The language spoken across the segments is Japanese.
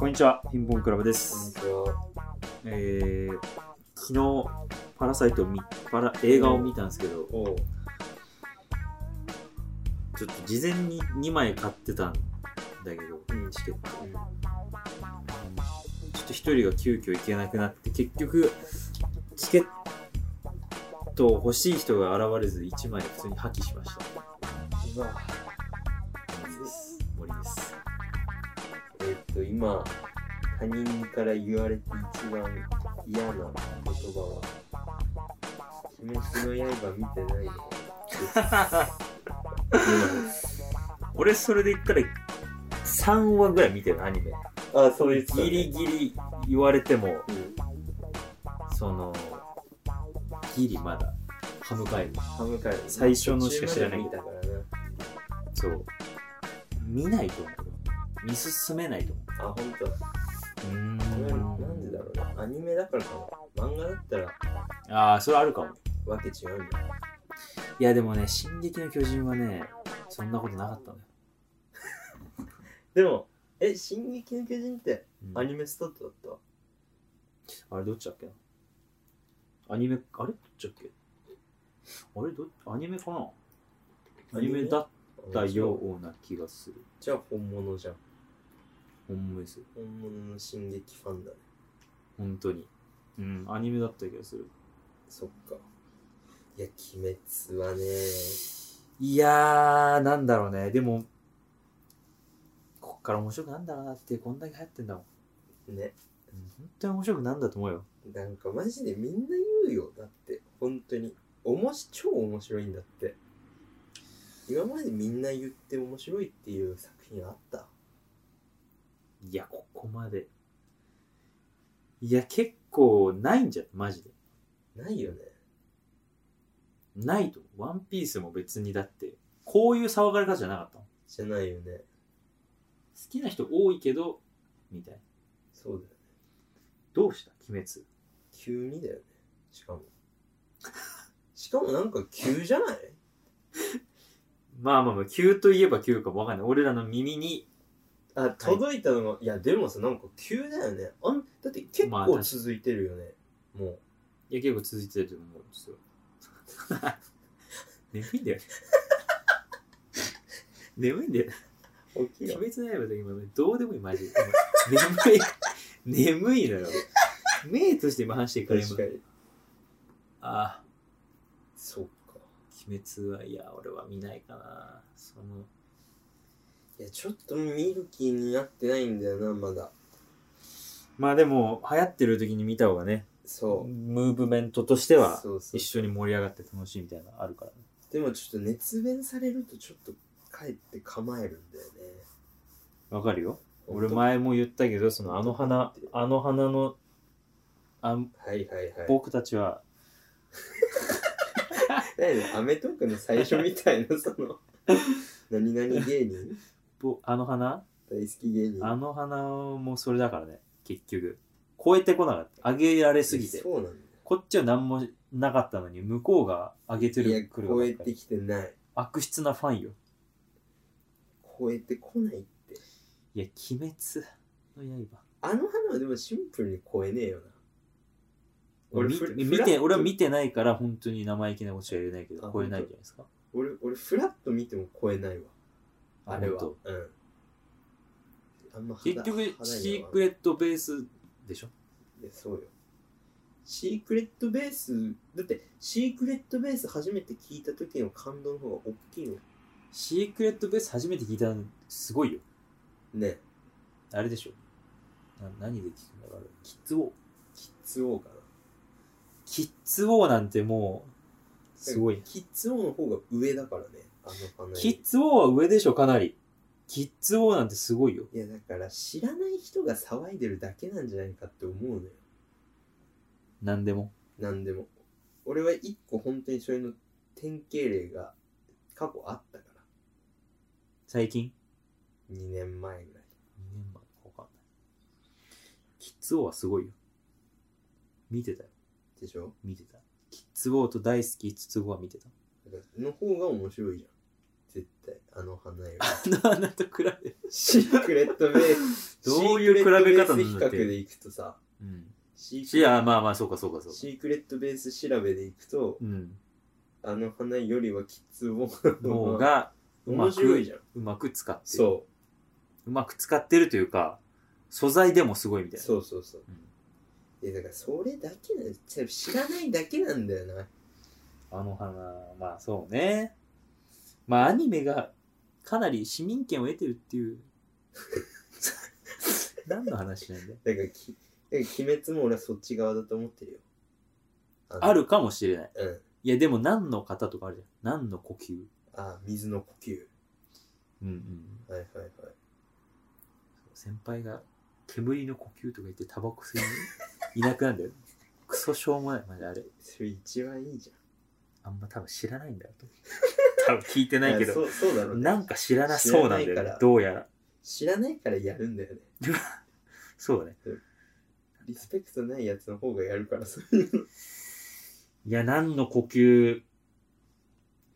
こんにちは、貧乏クラブでこんにす。ちは。えー、昨日、パラサイトを見パラ、映画を見たんですけど、おうちょっと事前に2枚買ってたんだけど、うんチケット。んちょっと一人が急遽行けなくなって、結局、チケットを欲しい人が現れず、1枚普通に破棄しました。うわ森です。森です。えっと、今、他人から言われて一番嫌な言葉は、鬼滅の刃見てないの俺、それで言ったら、3話ぐらい見てるアニメ。あ、そういうギリギリ言われても、うん。そのギリまだ歯向かい歯向かい。最初のしか知らない途中まで見たかそう見ないと思う見進めないと思うらな。あ、ほんうと。これなんでだろうな。アニメだからかな。漫画だったら、ああそれあるかもわけ違うんだ。いやでもね「進撃の巨人」はねそんなことなかったのよ、でも、え、進撃の巨人ってうんアニメスタートだったあれどっちだっけなアニメあれどっちだっけあれどアニメかなアニメだっったよ。うな気がするじゃあ本物じゃん。本物ですよ本物の進撃ファンだね。本当にうんアニメだった気がするそっか。いや、鬼滅はね、いやー、なんだろうね。でも、こっから面白くなんだろうなって、こんだけ流行ってんだもん。ね、うん本当に面白くなんだと思うよ。なんかマジでみんな言うよ。だって、本当に。おもし、超面白いんだって。今までみんな言って面白いっていう作品あったいや、ここまで。いや、結構ないんじゃん、マジで。ないよね。ないと思う。ワンピースも別にだって、こういう騒がれ方じゃなかったもん。好じゃないよね。きな人多いけど、みたいな。そうだよね。どうした鬼滅。急にだよね。しか も。しかもなんか急じゃないまあまあまあ、急といえば急かもわかんない。俺らの耳に、あ、届いたのが、い、や、でもさ、なんか急だよね。あんだって結まあ確構か続いてるよね。もう。いや、結構続いてると思うん ですよ。眠いんだ よね。眠いんだよね。大きい鬼よ。滅の刃で今ね、どうでもいい、マジで。 眠い。眠いのよ。目として今話してるから確今か。に。ああ、そうか。鬼滅は、いや、俺は見ないかな。その、いや、ちょっと見る気になってないんだよな、まだ。まあでも、流行ってる時に見た方がね、そう。ムーブメントとしては、そうそう一緒に盛り上がって楽しいみたいなのあるから、ね。でもちょっと熱弁されると、ちょっとかえって構えるんだよね。わかるよ。俺は前も言ったけど、その、あの花、あの花の、あいはいはい。僕たちは、何ね、アメトークの最初みたいな、その、 何々芸人ぼあの花大好き芸人。あの花もそれだからね、結局。超えてこなかった。上げられすぎて。そうなんだこっちは何もなかったのに、向こうが上げてよ。いやる、超えばっかてりきてない。悪質なファンよ。超えてこないって。いや、鬼滅の刃。あの花はでもシンプルに超えねえよな。俺見てふふ見らって俺は見てないから、本当に生意気なことしか言えないけどあ、超えないじゃないですか。俺、俺、フラッと見ても超えないわ。あれは。本うん。あんま当結肌肌に局、はシークレットベースでしょいやそうよ。シークレットベース、だって、シークレットベース初めて聞いた時の感動の方が大きいの。シークレットベース初めて聞いたの、すごいよ。ね。あれでしょな何で聞くんだろうあれキッズウォー。キッズ王かな。キッズウォーなんてもう、すごい。キッズ王の方が上だからね。あの花よりキッズウォーは上でしょ、かなり。キッズウォーなんてすごいよ。いや、だから知らない人が騒いでるだけなんじゃないかって思うのよ。なんでも。なんでも。俺は一個本当にそれの典型例が過去あったから。最近2年前ぐらい。 ?2 年前わかんない。キッズウォーはすごいよ。見てたよ。でしょ見てた。キッズウォーと大好き、ツツゴは見てた。だからの方が面白いじゃん。絶対。あの花よあの穴と比べ。 シークレットベー スどういう比べ方なんだっけシークレットベース比較でいくとさうん。シークいや、まあまあ、そうかそうかそうか。シークレットベース調べでいくとうん。あの花よりはキッズボのー方が、うま面白いじゃくん、うまく使ってる。そうまく使ってるというか、素材でもすごいみうたいな。そうそうそううんいやだからそれだけなん知らないだけなんだよなあの花、まあそうね。まあアニメがかなり市民権を得てるっていう。 何の話なんだよだからきだから鬼滅も俺はそっち側だと思ってるよあのあるかもしれない。うんいやでも何の型とかあるじゃん。何の呼吸。あ水の呼吸うんうん。はいはいはい先輩が煙の呼吸とか言ってタバコ吸いにいなくなるんだよ。クソしょうもない。まであれ。それ一番いいじあんま多分知らないんだろうと。 多分聞いてゃんないけやそど。うそうだろうねなんか知らなそうなんだ知らよないねから。どうやら。知らないからやるんだよねそうだね。リスペクトないやつの方がやるからそういうのいや、何の呼吸、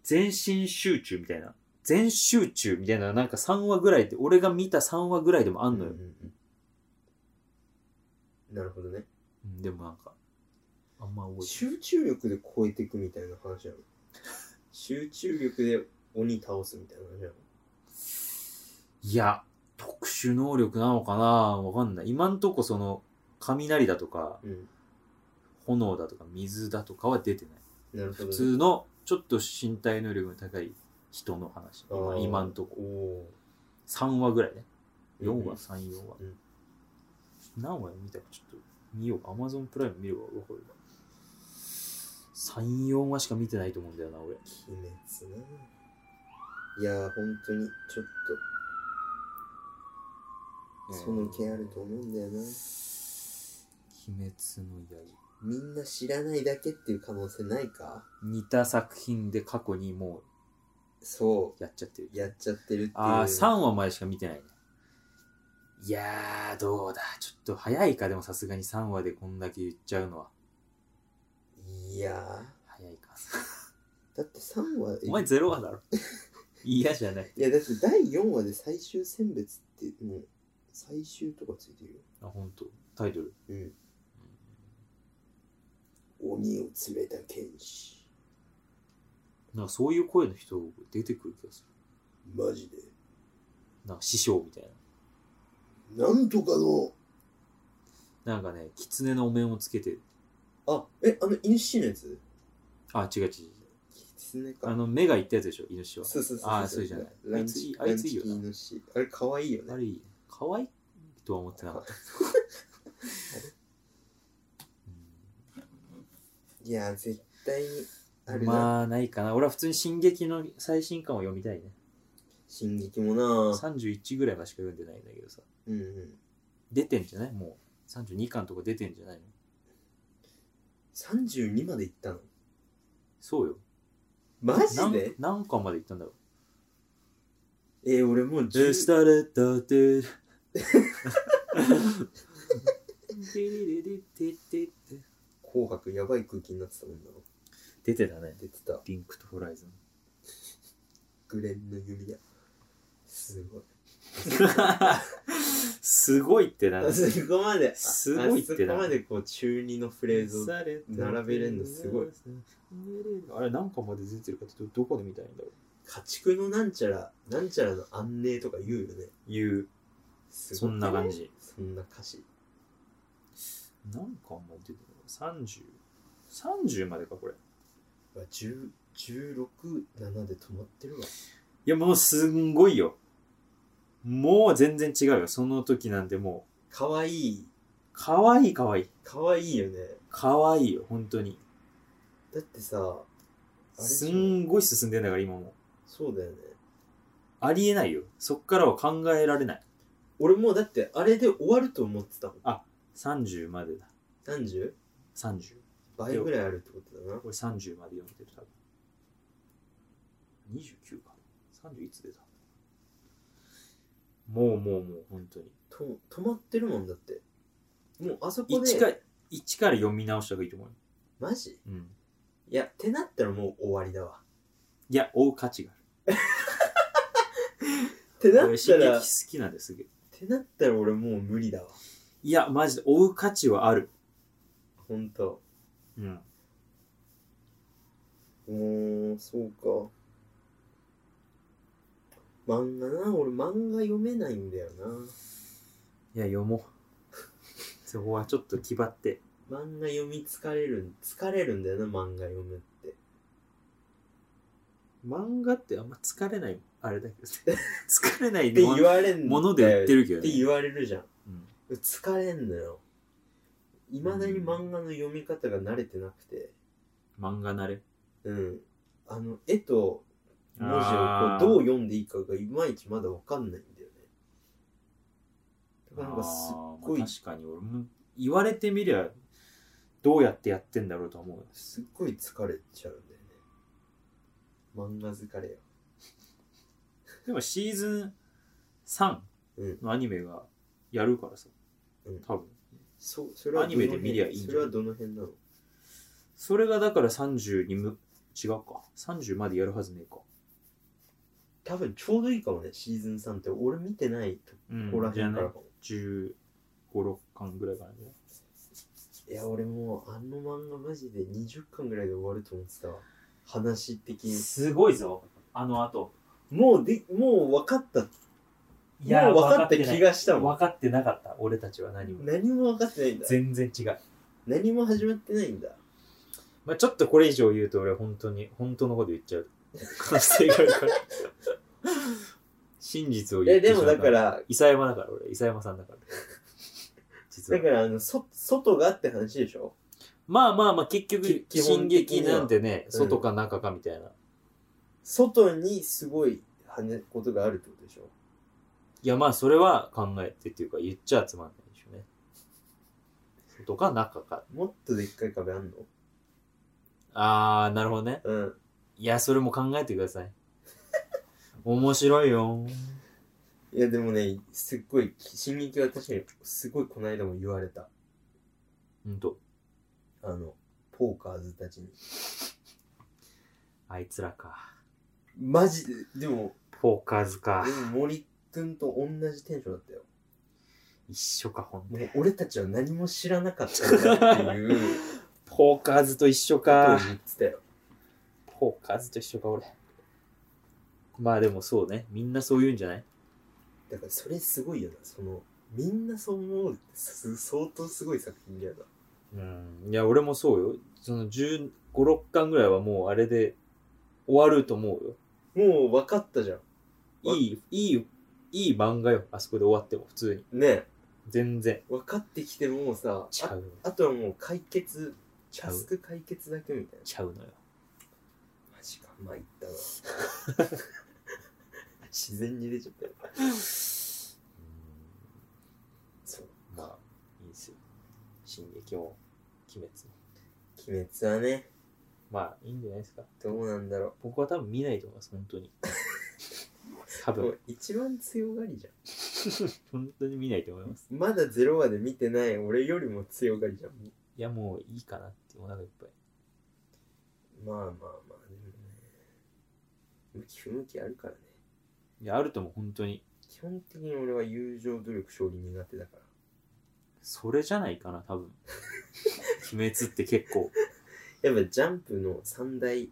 全身集中みたいな。全集中みたいな、なんか3話ぐらいで、俺が見た3話ぐらいでもあんのよう。んうんなるほどねうんでもなんか、あんま覚えて集中力で超えていくみたいな話なの集中力で鬼倒すみたいな話なのない。いや、特殊能力なのかなわかんない。今んとこその、雷だとか、うん炎だとか、水だとかは出てない。なるほど、普ね、通の、ちょっと身体能力の高い人の話。あー今んとこ。おお3話ぐらいね。ー4話、3、4話。うん何話見たかちょっと見ようか。Amazon プライム見れば分かるわ。3、4話しか見てないと思うんだよな、俺。鬼滅ねいやー本当にちょっとその気あると思うんだよ鬼な、滅のみんな知らないだけっていう可能性ないか刃。似た作品で過去にもそうやっちゃってる。うやっちゃってるっていうああ、3話前しか見てないね。いやー、どうだ。ちょっと早いか、でもさすがに3話でこんだけ言っちゃうのは。いやー早い か。だって3話お前0話だろ。嫌じゃない。いやだって第4話で最終選別ってもう最終とかついてるよあ、本当。タイトル。うん鬼を連れた剣士なんかそういう声の人出てくる気がすマジでる。なんか師匠みたいな。なんとかのなんかね、狐のお面をつけて、あえあのイノシシのやつあ、違う違う違う。キツネかあの、目がいったやつでしょ、イノシシは。そうそうそうあーそうじゃないランチあいついいあいついいよランチキなイノシシあれ可愛いよねあれいいね。可愛いとは思ってなかった。いや絶対にあうんれだ、まあ、ないかな。俺は普通に進撃の最新刊を読みたいね。進撃もな31ぐらいまでしか読んでないんだけどさ。うんうん出てんじゃないもう。32巻とか出てんじゃないの32まで行ったのそうよ。マジ何で何巻まで行ったんだろう。えー、俺もうデス10タレッタテ紅白やばい空気になってたもんな出てたね。出てたリンクとホライ ズン。グレンの弓矢すごいすごいってなあそこまであすごいってなあそこまでこう中二のフレーズを並べれんのすごいあれ何巻まで出てるかってどどこで見たいんだろ家畜のなんちゃらなんちゃらの安寧とか言うよねういうすそごくんねな感じそんな歌詞何巻まで出てるの ?3030 までかこれは1 6 7で止まってるいわやもうすんごいよもう全然違うよその時なんてもうかわいいかわいいかわいいかわいいよねかわいいよ本当にだってさあれすんごい進んでんだから今もそうだよねありえないよそっからは考えられない俺もうだってあれで終わると思ってたもん30までだ 30? 30倍ぐらいあるってことだなこれ30まで読んでる多分29か30いつ出たもうもうもう本当にと止まってるもんだってもうあそこ1かで一から読み直した方がいいと思うよ、マジうん、いやってなったらもう終わりだわいや追う価値があるてなっ俺、た進撃ら、っ好きなんですげえてなったら俺もう無理だわ。いや、マジで、追う価値はある。ほんと。うん。うーん、そうか。漫画な、俺漫画読めないんだよいや、読もう。 そこはちょっと気張って。な。漫画読み疲れる、疲れるんだよな、漫画読むって。漫画ってあんま疲れない、あれだけど ね。疲れないっても言われんだよもので売ってるけどってね。言われるじゃん。うん疲れんのよ。いまだに漫画の読み方が慣れてなくて。漫画慣れ。うん。あの、絵と文字をこあうーどう読んでいいかがいまいちまだわかんないんだよね。だからなんかすっごあーいまあ確かに俺も言われてみりゃどうやってやってんだろうと思うすっごい疲れちゃうんだよね。漫画疲れよ。でもシーズン3うん。のアニメがやるからさうん多分そそれはアどのニメで見りゃいいんじゃん辺それはどの辺なのそれがだから30にむ違うか30までやるはずねえか多分ちょうどいいかもね、シーズン3って。俺見てないとうんこらじゃ辺かないらかも。 1 5 6巻ぐらいかな、ね、いや、俺もうあの漫画マジで20巻ぐらいで終わると思ってたわ。話的に。すごいぞあのあともうで、もう分かった。もう分かった気がしたもん。かってなかった俺たちは何何も分かってないんだ。全然違う何も始まってないんだ。まあ、ちょっとこれ以上言うと俺本当に本当のこと言っち ゃう可能性があるから真実を言え、ってしでまうもだから、 伊佐山だから俺伊佐山さんだ から実だはから、あの、そ、外がって話でしょまあまあまあ結局き基進本的に撃はなんてね、ん外か中かみたいな外にすごい話ことがあるってことでしょいやまあそれは考えてっていうか言っちゃつまんないでしょうね外か中かもっとでっかい壁あんのあーなるほどねうん。いやそれも考えてください 面白いよいや、でもね、すっごい、進撃は確かに、すごいこの間も言われた。ほんとあの、ポーカーズたちに。あいつらかマジで、でも、フォーカーズかでも森くんと同じテンションだったよ。一緒かほんともう俺たちは何も知らなかったんだっていうポーカーズと一緒ことをか。言ってたよ。ポーカーズと一緒か、俺。まあでもそうね。みんなそう言うんじゃないだからそれすごいよな。その、みんなそう思うってす相当すごい作品だよな。うん。いや、俺もそうよ。その15、6巻ぐらいはもうあれで終わると思うよ。もう分かったじゃん。わいい、いい、いい漫画よ。あそこで終わっても、普通に。ねえ全然。分かってきてもうさ、ちゃあう。あとはもう解決、ちゃタスう。ク解決だけみたいな。ちゃうのよ。マジか、参ったな。 自然に出ちゃったよ。そう。うんまあ、いいですよ。進撃も、鬼滅も。鬼滅はね、まあ、いいんじゃないですか。どうなんだろ僕は多分見ないと思います、本当 に。多う。も分、う一番強がりじゃん。本当に見ないと思います。まだゼロ話で見てない俺よりも強がりじゃん。いやもういいかなってお腹いっぱいまあまあまあ、でもね。向き不向きあるからね。いやあるともう本当に基本的に俺は友情努力勝利苦手だから。それじゃないかな多分鬼滅って結構、やっぱジャンプの三大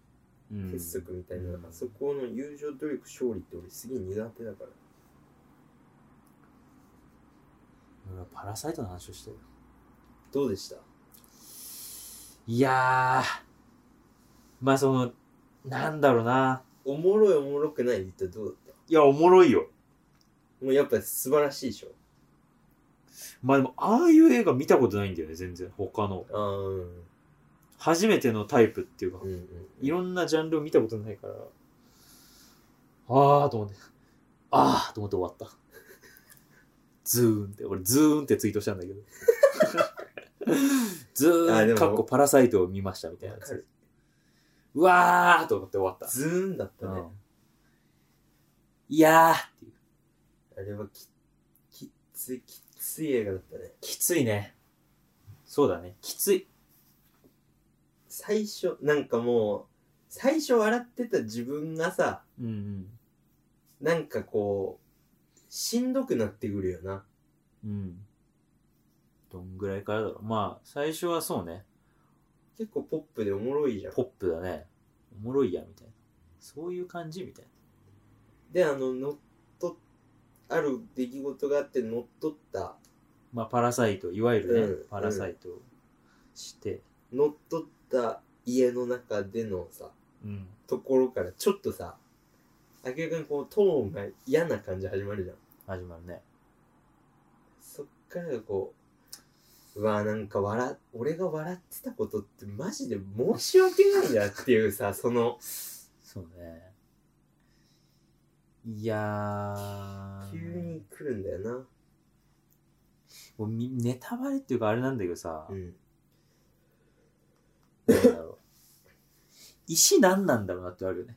うん、鉄則みたいな、うんあそこの友情努力勝利って俺すげえ苦手だから。俺はパラサイトの話をしてるどうでしたいやーまあそのなんだろうなおもろいおもろくないって言ったらどうだっいやおもろいよたもうやっぱ素晴らしいでしょまあでもああいう映画見たことないんだよね全然他のああうん初めてのタイプっていうか、うんうんいろんなジャンルを見たことないからあーと思ってあーと思って終わったズーンって俺ズーンってツイートしたんだけど ズあでーンもかっこパラサイトを見ましたみたいなわやかるつうわーと思って終わった、ズーンだったうねん、いやーっていうあれはききっついきっつい映画だったねきついねそうだねきつい最初なんかもう最初笑ってた自分がさうんなんかこうしんどくなってくるよな。うん。どんぐらいからだろう。まあ、最初はそうね。結構ポップでおもろいじゃん。ポップだね。おもろいや、みたいな。そういう感じみたいな。で、あの、乗っ取っ、ある出来事があって乗っ取った、まあ、パラサイト、いわゆるね、うんパラサイトをして、乗っ取った家の中でのさ、うん。ところからちょっとさ、明らかにこうトーンが嫌な感じ始まるじゃん。始まるね。そっからがこう、うわ、なんか笑、俺が笑ってたことってマジで申し訳ないなっていうさ、その、そうね。いやー。急に来るんだよな。もうみネタバレっていうかあれなんだけどさ、うん。どうだろう。石何なんだろうなってあるよね。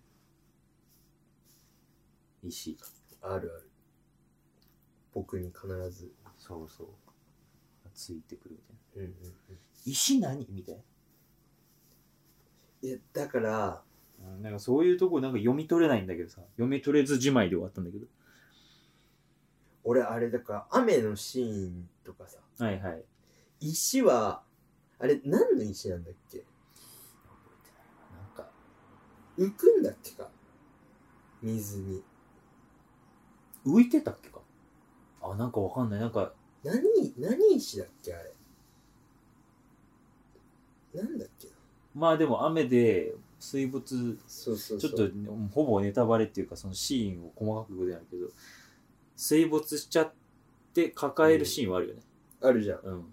石。あるある。僕に必ず。そうそう。ついてくるみたいな。うんうんうん。石何みたいいや、だから、な。うんなんかそういうとこなんか読み取れないんだけどさ、読み取れずじまいで終わったんだけど。俺あれだから、雨のシーンとかさ、はいはい。石は、あれ、何の石なんだっけなんか、浮くんだっけか水に。浮いてたっけかあ、なんかわかんない。なんか、何、何石だっけあれ。なんだっけなまあでも雨で水没そうそうちそょう。っとほぼネタバレっていうかそのシーンを細かくであるけど水没しちゃって抱えるシーンはあるよねと、あるじゃん。うん、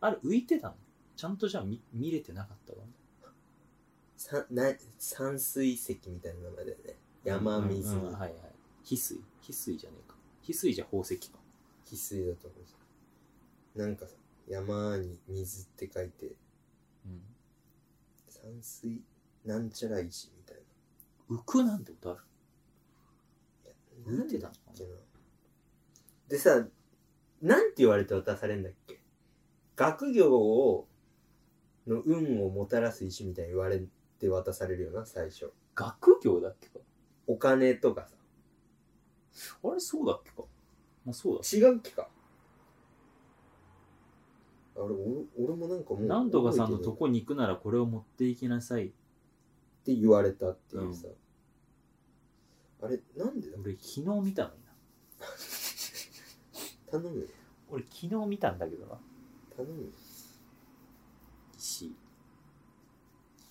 あれ浮いてたのちゃんとじゃあ見見れてなかったわさな山水石みたいな名前だよね。山水うんにうんうんはいはい翡翠翡翠じゃねえか翡翠じゃ宝石か翡翠だと思う。なんかさ、山に水って書いて、うん山水なんちゃら石みたい浮くなんてことあるな。浮いてたのなんかだっなけなでさ、なんて言われて渡されんだっけ学業を、の運をもたらす石みたいに言われて渡されるよな、最初。学業だっけかお金とかさ。あれそうだっけかまあそうだ違う気か。あれ、お俺もなんかもう。なんとかさんの覚えてねえとこに行くならこれを持っていきなさいって言われたっていうさ、あれなんでだ俺昨日見たのにな頼むよ俺昨日見たんだけどな頼むよ石い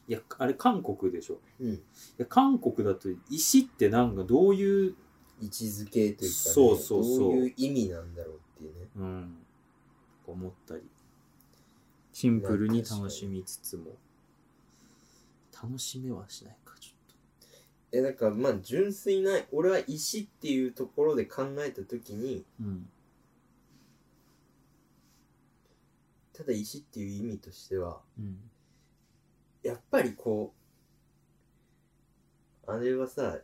やあれ韓国でしょうんいや韓国だと石ってなんかどういう、位置づけというか、ね、そうそうそうどういう意味なんだろうっていうねうん、思ったりシンプルに楽しみつつも楽しめはしないかちょっえだからまあ純粋な俺は石っていうところで考えた時にと、うん、ただ石っていう意味としてはうんやっぱりこうあれはさ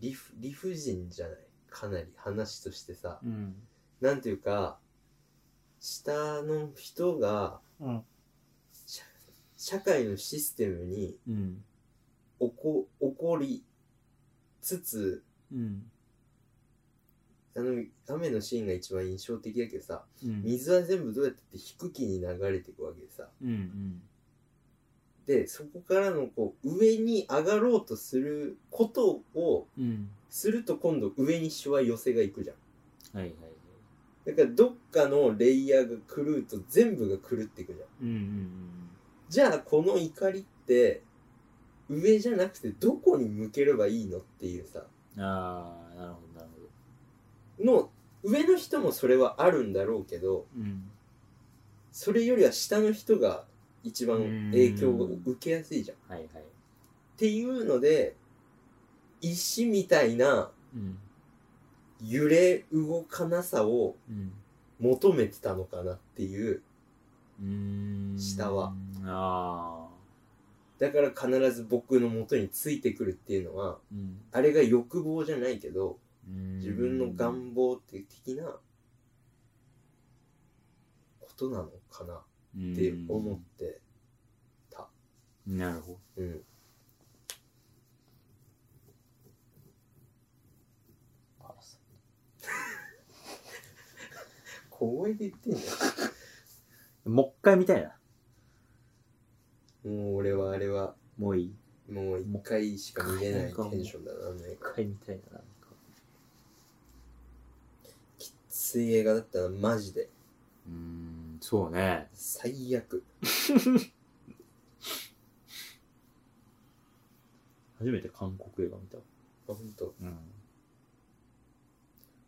理不理不尽じゃないかなり話としてさうんなんていうか下の人がうん社会のシステムにうん起こ起こりつつうんあの雨のシーンが一番印象的だけどさうん水は全部どうやってって低気に流れていくわけでさうんでそこからのこう上に上がろうとすることをうんすると今度上にしわ寄せがいくじゃんはいはいはいだからどっかのレイヤーが狂うと全部が狂っていくじゃんうんうんじゃあこの怒りって上じゃなくてどこに向ければいいのっていうさうんああなるほどなるほどの上の人もそれはあるんだろうけどうんそれよりは下の人が一番影響を受けやすいじゃん。っはいはいていうので石みたいなうん揺れ動かなさをうん求めてたのかなっていううーん下はああだから必ず僕の元についてくるっていうのはうんあれが欲望じゃないけど自自分の願望っていう的なことなのかなって思って、うんなるほ うん、ど小声で言ってんじもう一回見たいな。ゃん。もう俺はあれは、もういい。もう一回しか見れないテンションだな。なん一か回見たいな。なんかきつい映画だったな、マジで。うーん、そうね。最悪。初めて韓国映画見た。あ、ほんと。うん。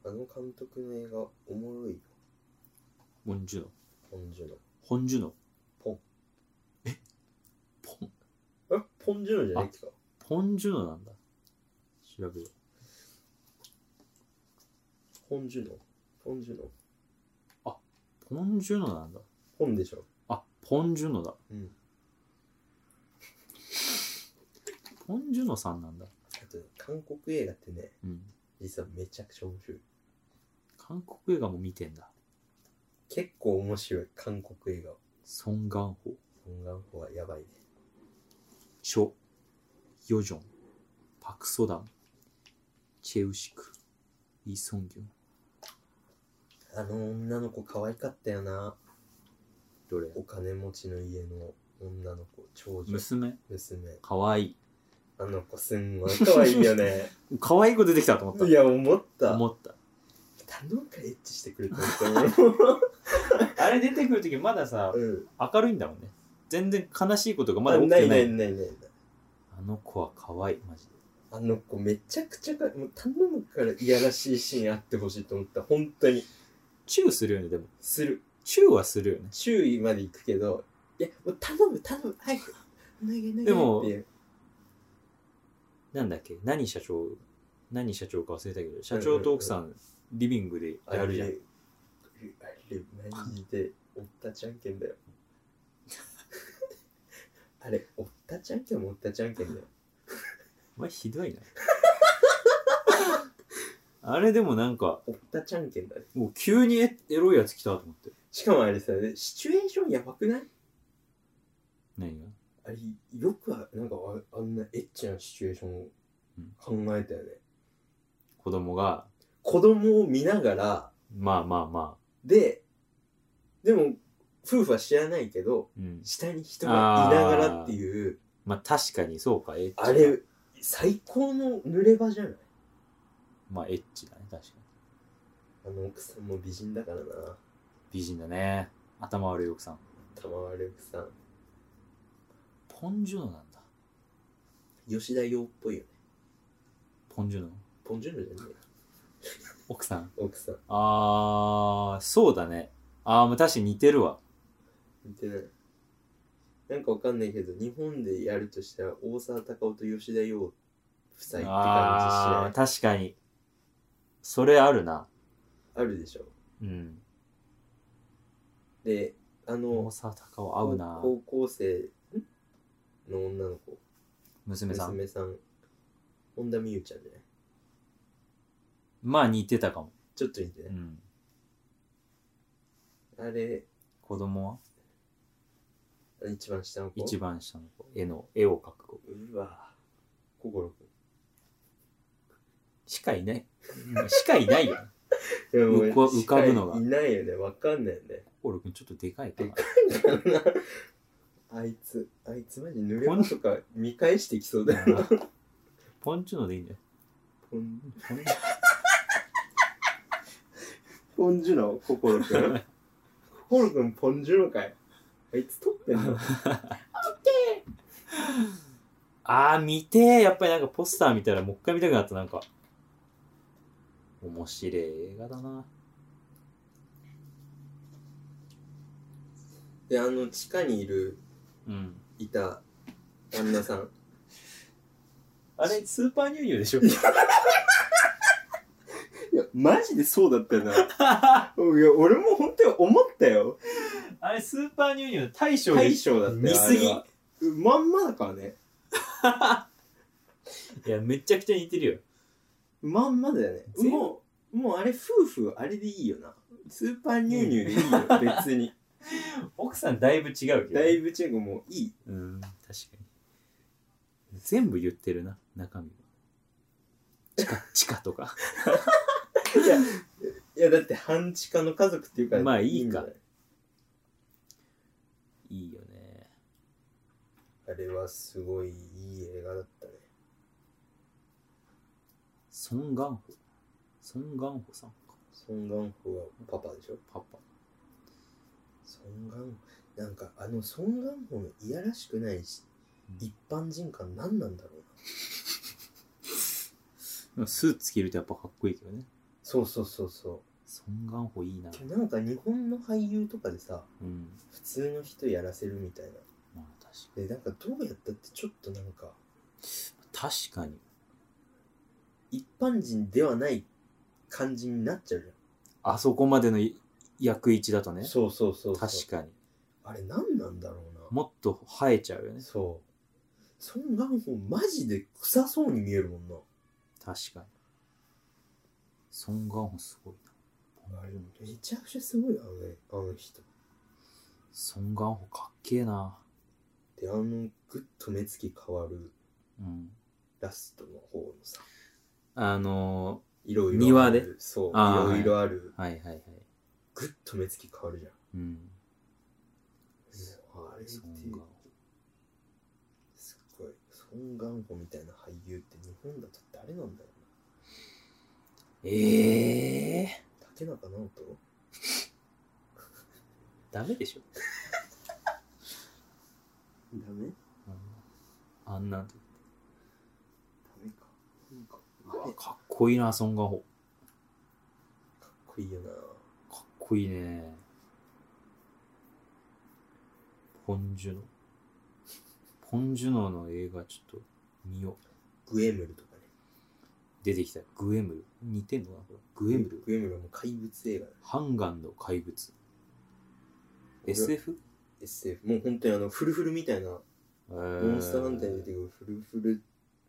あの監督の映画、おもろいよ。ホンジュノ。ポンジュノ。ホンジュノ。ポン。えポン、あ、ポンジュノじゃないっけか。ポンジュノなんだ。調べよう。ポンジュノ。ポンジュノ。ポンジュノなんだ。ポンでしょ。あ、ポンジュノだ。うん。ポンジュノさんなんだ。あとね、韓国映画ってね、うん。実はめちゃくちゃ面白い。韓国映画も見てんだ。結構面白い、韓国映画は。ソン・ガンホ、ソン・ガンホはやばいね。チョ、ヨジョン、パク・ソダン、チェウシク、イ・ソンギョン。あの女の子可愛かったよな。どれお金持ちの家の女の子、長女、娘。娘。かわいあの子すんごい可愛いよね。い。かわいい子出てきたと思った。いや、思った。思った。頼むからエッチしてくれたって思うあれ出てくるときまださ、うん。明るいんだもんね。全然悲しいことが まだまあ、起きてなない。いないないない。あの子はかわいい、マジで。あの子めちゃくちゃか、もう頼むからいやらしいシーンあってほしいと思った。本当に。チューするよね、でも。する。チューはするよね。注意まで行くけど、いや、もう頼む頼む。早く。お願いお願いでもっていうなんだっけ何社長、何社長か忘れたけど、社長と奥さん、リビングでやるじゃん。あれ、マジで、おったちゃんけんだよ。 あれ、おったちゃんけんもおったちゃんけんだよ。お前ひどいな。 あれでもなんか、おったちゃんけんだね。もう急にエエロいやつ来たと思って。しかもあれさ、シチュエーションやばくない何があれ、よくあ、なんかああんなエッチなシチュエーションを考えたよね。子供が、子供を見ながら、まあまあまあ。で、でも、夫婦は知らないけど、うん。下に人がいながらっていう、まあ確かにそうか、エッチだ。あれ、最高の濡れ場じゃないまあエッチだね、確かに。あの奥さんも美人だからな。美人だね。頭悪い奥さん。玉丸くさんポンジュノなんだ。吉田洋っぽいよねポンジュノ。ポンジュノじゃね奥さん。え奥さんあー、そうだね。あー、まあ確かに似てるわ。見てないなんかわかんないけど日本でやるとしたら大沢たかおと吉田洋夫妻ってあ感ー、じしない確かに。それあるな。あるでしょうん。であの大沢たかお合うな。高校生んの女の子娘さん。娘さん本田望結ちゃんじゃないまあ似てたかも。ちょっと似てなうい、ん。あれ子供はあの一番下の子一番下の子絵の絵を描く子うわ心くしかいないしかいないよ んいやもう浮か浮かぶのがいないよねわかんないよね心くんちょっとでかい かなあいつ、あいつマジ濡れ物とか見返してきそうだよな。ポンチュノでいいんじゃポンないポンジュノ、ココロく ん。ココロくん、ポンジュノかい。あいつ撮ってんのあー見てーやっぱりなんかポスター見たらもう一回見たくなったなんか面白い映画だなで、あの、地下にいる、うんいた旦那さん。あれスーパーニューニューで しょいや、マジでそうだったよな。いや、俺も本当に思ったよ。あれスーパーニューニュー大将で大し将だったよ。見すぎあれはまんまだからね。ょいやめちゃくちゃ似てるよまんまだよね。全もう、もうあれ、夫婦、あれでいいよな。スーパーニューニューでいいよ、別 に。奥さんだいぶ違うけどだいぶチェックもういい。うん確かに全部言ってるな中身は地下地下とかいや、いいやだって半地下の家族っていうからまあいいかんじゃないいいよね。あれはすごいいい映画だったねソン・ガンホ。ソン・ガンホさんか。ソン・ガンホはパパでしょパパ。ソン・ガンホなんかあのソン・ガンホのいやらしくないし一般人感何なんだろうなでもスーツ着るとやっぱかっこいいけどね。そうそうそうそソン・ガンホいいなう。けどなんか日本の俳優とかでさうん。普通の人やらせるみたいなまあ確かでなんかどうやったってちょっとなんかに。確かに。一般人ではない感じになっちゃうじあそこまでの役位置だとゃん、ね。そうそうそうそう確かに。あれ何なんだろうなもっと生えちゃうよね。そう。ソン・ガンホン、マジで臭そうに見えるもんな。確かに。ソン・ガンホすごいな。あれ、めちゃくちゃすごいな、あのね、あの人。ソン・ガンホかっけえな。で、あの、ぐっと目つき変わるうん。ラストの方のさ、あのいろいろ庭ある。でそう、いあーろいろある。ー、はいはいはい。ぐっと目つき変わるじゃん。うん。あれってソ、ン・ガンホ。すごい。ソン・ガンホンみたいな俳優って日本だと誰なんだろええー。うな。竹中直人ダメでしょ。ダメあんなんで。ダメか。なんか、うわあれかかっこいいな、ソン・ガンホ。っこいいよな。かっこいいね。ポン・ジュノ。ポン・ジュノの映画ちょっと見よう。グエムルとかね。出てきたグエムル。似てんのかなこれグエムル。グエムルはもう怪物映画だハンガンの怪物。俺 SF? SF もう本当にあのフルフルみたいなモえーンスターハンターに出てくるフルフル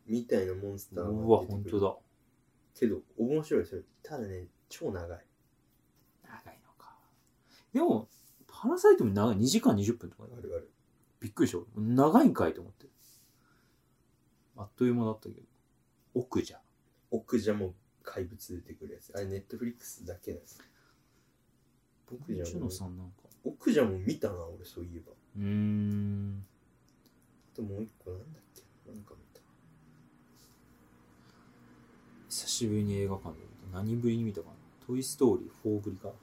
みたいなモンスターうわ、が出本て当くるだ。けど面白いそれただね超長い長いのか。でも、パラサイトも長い。2時間20分とかだあよるあるびっくりした。俺長いんかいと思って。あっという間だったけど。奥じゃ。奥じゃもう怪物出てくるやつあれネットフリックスだけです僕じゃチュもノうさんなんか。奥じゃもう見たな俺そういえばうーん。あともう一個なんだっけなんか見た久しぶりに映画館で見た。何ぶりに見たかな。トイ・ストーリー4ぶりかな。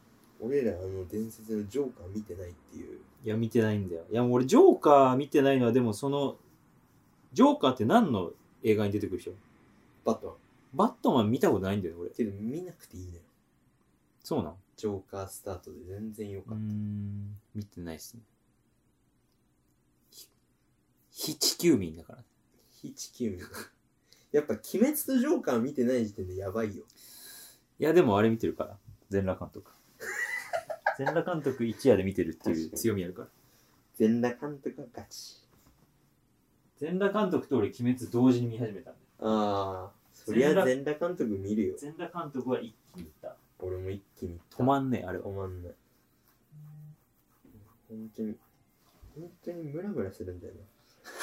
俺らあの伝説のジョーカー見てないっていういや、見てないんだよ。いや、俺、ジョーカー見てないのは、でも、その、ジョーカーって何の映画に出てくる人バットマンバットマン見たことないんだよね、俺。けど見なくていいのよそうなんジョーカースタートで全然よかった、ん、見てないっすね。ひ非地球民だからね。非地球民やっぱ「鬼滅とジョーカー」見てない時点でやばいよいや、でもあれ見てるから、全裸監 督。全裸監督一夜で見てるっていう強みあるから。全裸監督はガチ全裸監督と俺、鬼滅同時に見始めたんだよ。ああそりゃ全裸全裸監督見るよ全裸監督は一気に見た。俺も一気に止まんねえ、あれは。止まんない本当に本当にムラムラするんだよな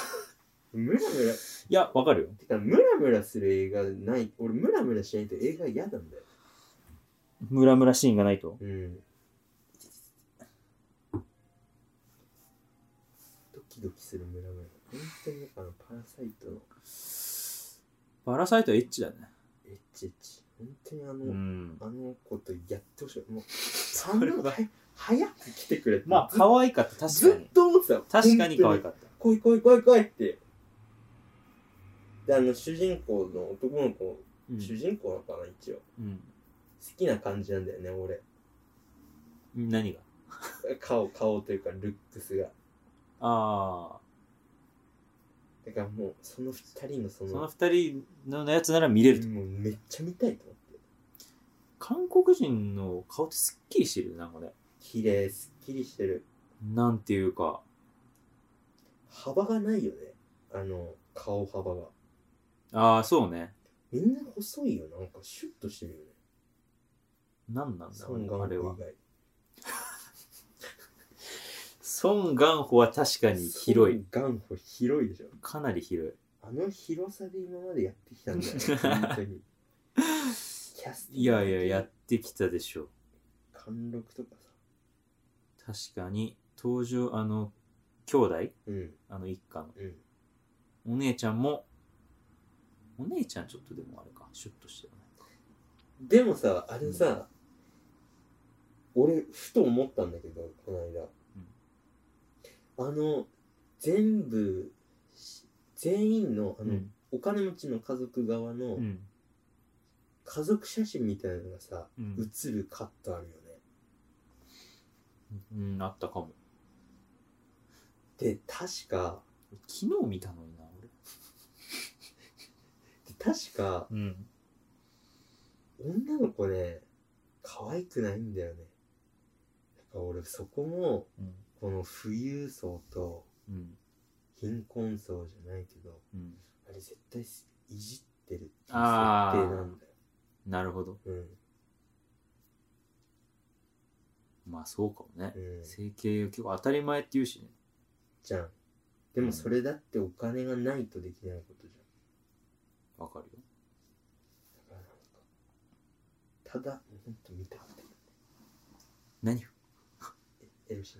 ムラムラいや、わかるよ。てかムラムラする映画ない俺ムラムラしないと映画嫌なんだよムラムラシーンがないと。うんドキドキするムラムラ本当にだからパラサイトのパラサイトはエッチだね。エッチエッチ本当にあの、うん。あの子とやってほしいもうそあんれ なのはは早く来てくれってまあ、ずっ可愛かった、確ずかっに。と思ってた確かに可愛っかった。た来い来い来い来いってであの主人公の男の子、うん主人公なのかな一応好うん。きな感じなんだよね俺何が顔顔というかルックスがああ、だからもうその二人のそのその二人のやつなら見れると。もうめっちゃ見たいと思って韓国人の顔ってすっきりしてるよねなんかね。綺麗すっきりしてるなんていうか、幅がないよねあの顔幅がああ、そうね。みんな細いよなんかシュッとしてるよねなんなんだろソンガンう、あれは以。外ソン・ガンホは確かに広い。。元歩広いでしょ。かなり広い。あの広さで今まで やってきたんだよ。本当に。キャスティングいやいや、やってきたでしょう。貫禄とかさ確かに、登場、あの、兄弟うんあの一家の。うんお姉ちゃんも、お姉ちゃんちょっとでもあれか、シュッとしてるね。でもさあれさ、俺ふと思ったんだけどこの間、あの全部し全員のあの、うんお金持ちの家族側のうん。家族写真みたいなのがさ、うん、映るカットあるよねうん、あったかも。で確か昨日見たのにな、俺。で確かうん。女の子ね可愛くないんだよねやっぱ俺そこもうん。この富裕層とうん。貧困層じゃないけどうん。あれ絶対いじってるっていう設定あーなんだよ、なるほど。うんまあそうかもね。うん、整形結構当たり前って言うしね。じゃんでもそれだってお金がないとできないことじわかるよ。ゃんだからなんかただほんと見たって何え MC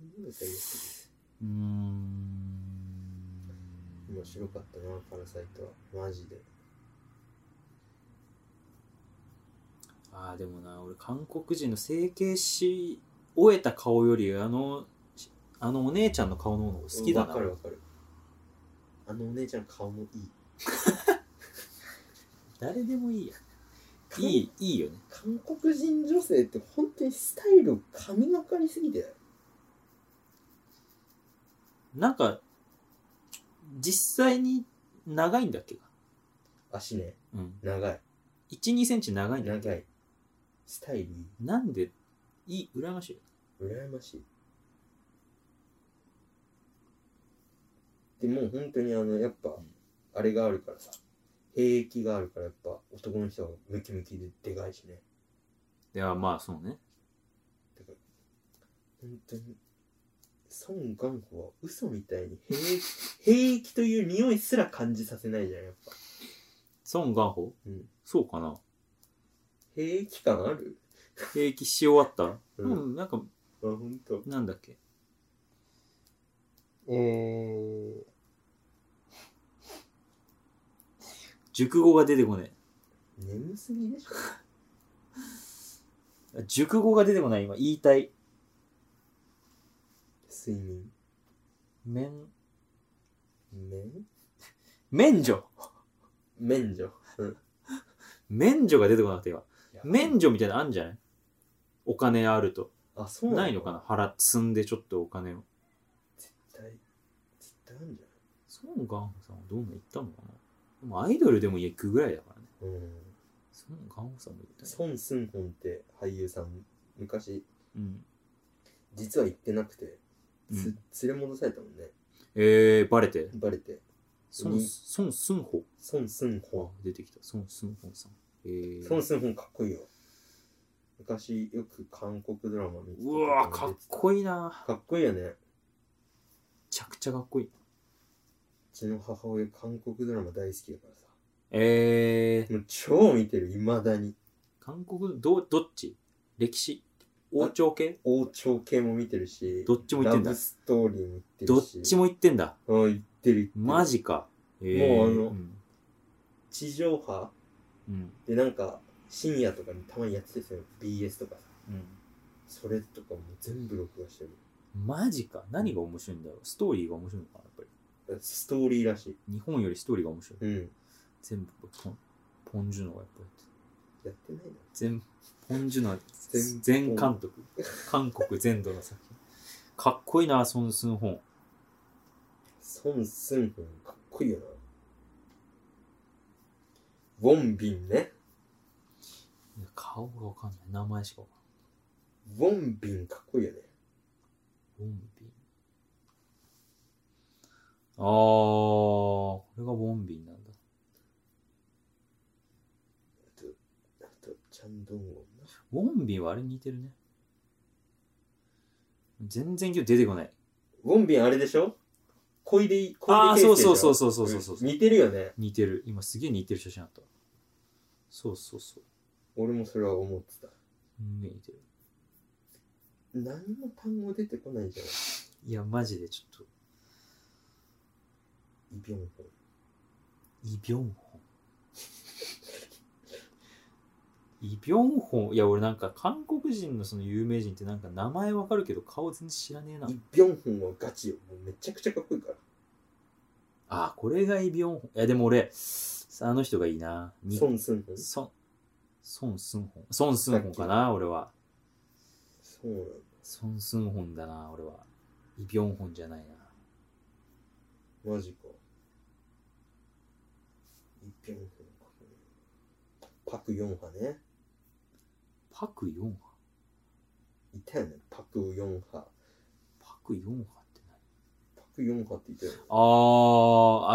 何でさ言ってうーん。る面白かったなパラサイトはマジでああ、でもな、俺、韓国人の整形し終えた顔より、あの、しあのお姉ちゃんの顔の方が好きだうんな。わかるわかるあのお姉ちゃん顔もいい誰でもいいや。いい、いいよね。韓国人女性って本当にスタイル神がかりすぎてないなんか、実際に長いんだっけか。足ねうん。長い1、2センチ長いんだっけ長いスタイルいいなんで、いい、羨ましいよ。羨ましいでもう本当にあのやっぱんあれがあるからさ兵役があるからやっぱ男の人はムキムキででかいしねでは、まあ、そうね。だから本当に孫元ホは嘘みたいに兵 役兵役という匂いすら感じさせないじゃんやっぱ孫元宝うんそうかな。兵役感ある兵役し終わったううんん、なんか、あ本当。なんだっけ。えー、熟語が出てこね眠すぎでしょえ。あ熟語が出てこない、今。言いたい。睡眠免、免免除免除うん免除が出てこなくて今。免除除みたいなのあんじゃないお金あると。あそうないのかな払っ、積んでちょっとお金を。絶対絶対あるんじ孫元宝さんはどんな言ったのかなでもアイドルでも行くぐらいだからね。ゃないうん孫元宝さんも言ったね。孫スンホンって俳優さん昔うん。実は行ってなくて、うん、つ連れ戻されたもんねえー、バレて。バレて孫、うん孫スンホ。孫スンあホ、出てきた。孫スンホさん。えンー、孫スンホンかっこいいよ昔よく韓国ドラマ見てたうわーかっこいいな。かっこいいよねうめちゃくちゃかっこいい。ちの母親韓国ドラマ大好きだからさえー、もう超見てるいまだに韓国、ど、どっち歴史王朝系王朝系も見てるしどっちも言ってんだラブストーリーも言ってるしどっちも言ってんだ。も言ってる言ってるマジか。えもうあのん地上波うん。でなんか深夜とかにたまにやってたんですよ BS とかさうそれとかも全部録画してるん。マジか。何が面白いんだろう。ストーリーが面白いのかな、やっぱり。だからストーリーらしい日本よりストーリーが面白い。うん全部ポン、ポンジュノがやっぱり。やってないな全、ポンジュノは全全監 督。韓国全土の作品。かっこいいな、ソン・スンホン。孫スンフンかっこいいよなウォンビンねいや顔がわかんない。名前しかわかウォンビンかっこいいよねんない。ウォンビン。あー、これがウォンビンなんだ。あとあとチャンドンウォンなウォンビンはあれに似てるね。全然今日出てこない。ウォンビンあれでしょ小出い小出ああ、圭介そうでしそょうそうそうそうそうそう、ん似てるよね似てる。今すげえ似てる写真あった。そうそうそう。ウ俺もそれは思ってたうん見てる何も単語出てこないじゃんいや、マジでちょっと、イ・ビョンホイ・ビョンホ ン。イ・ビョンホン。いや、俺なんか韓国人のその有名人ってなんか名前わかるけど顔全然知らねえなン。イ・ビョンホンはガチよもうめちゃくちゃかっこいいからあ、これがイ・ビョンホン。いや、でも俺、あの人がいいな。にソン・スンホンソン、ソン・スンホン。ソン・スンホンかな、俺は。そうなんだソン・スンホンだな、俺は。イ・ビョンホンじゃないな。マジか。イ・ビョンホンか。パク・ヨンハね。パク・ヨンハ。いたよね。パク・ヨンハ。パク・ヨンハって何パク・ヨンハっていたよね。あ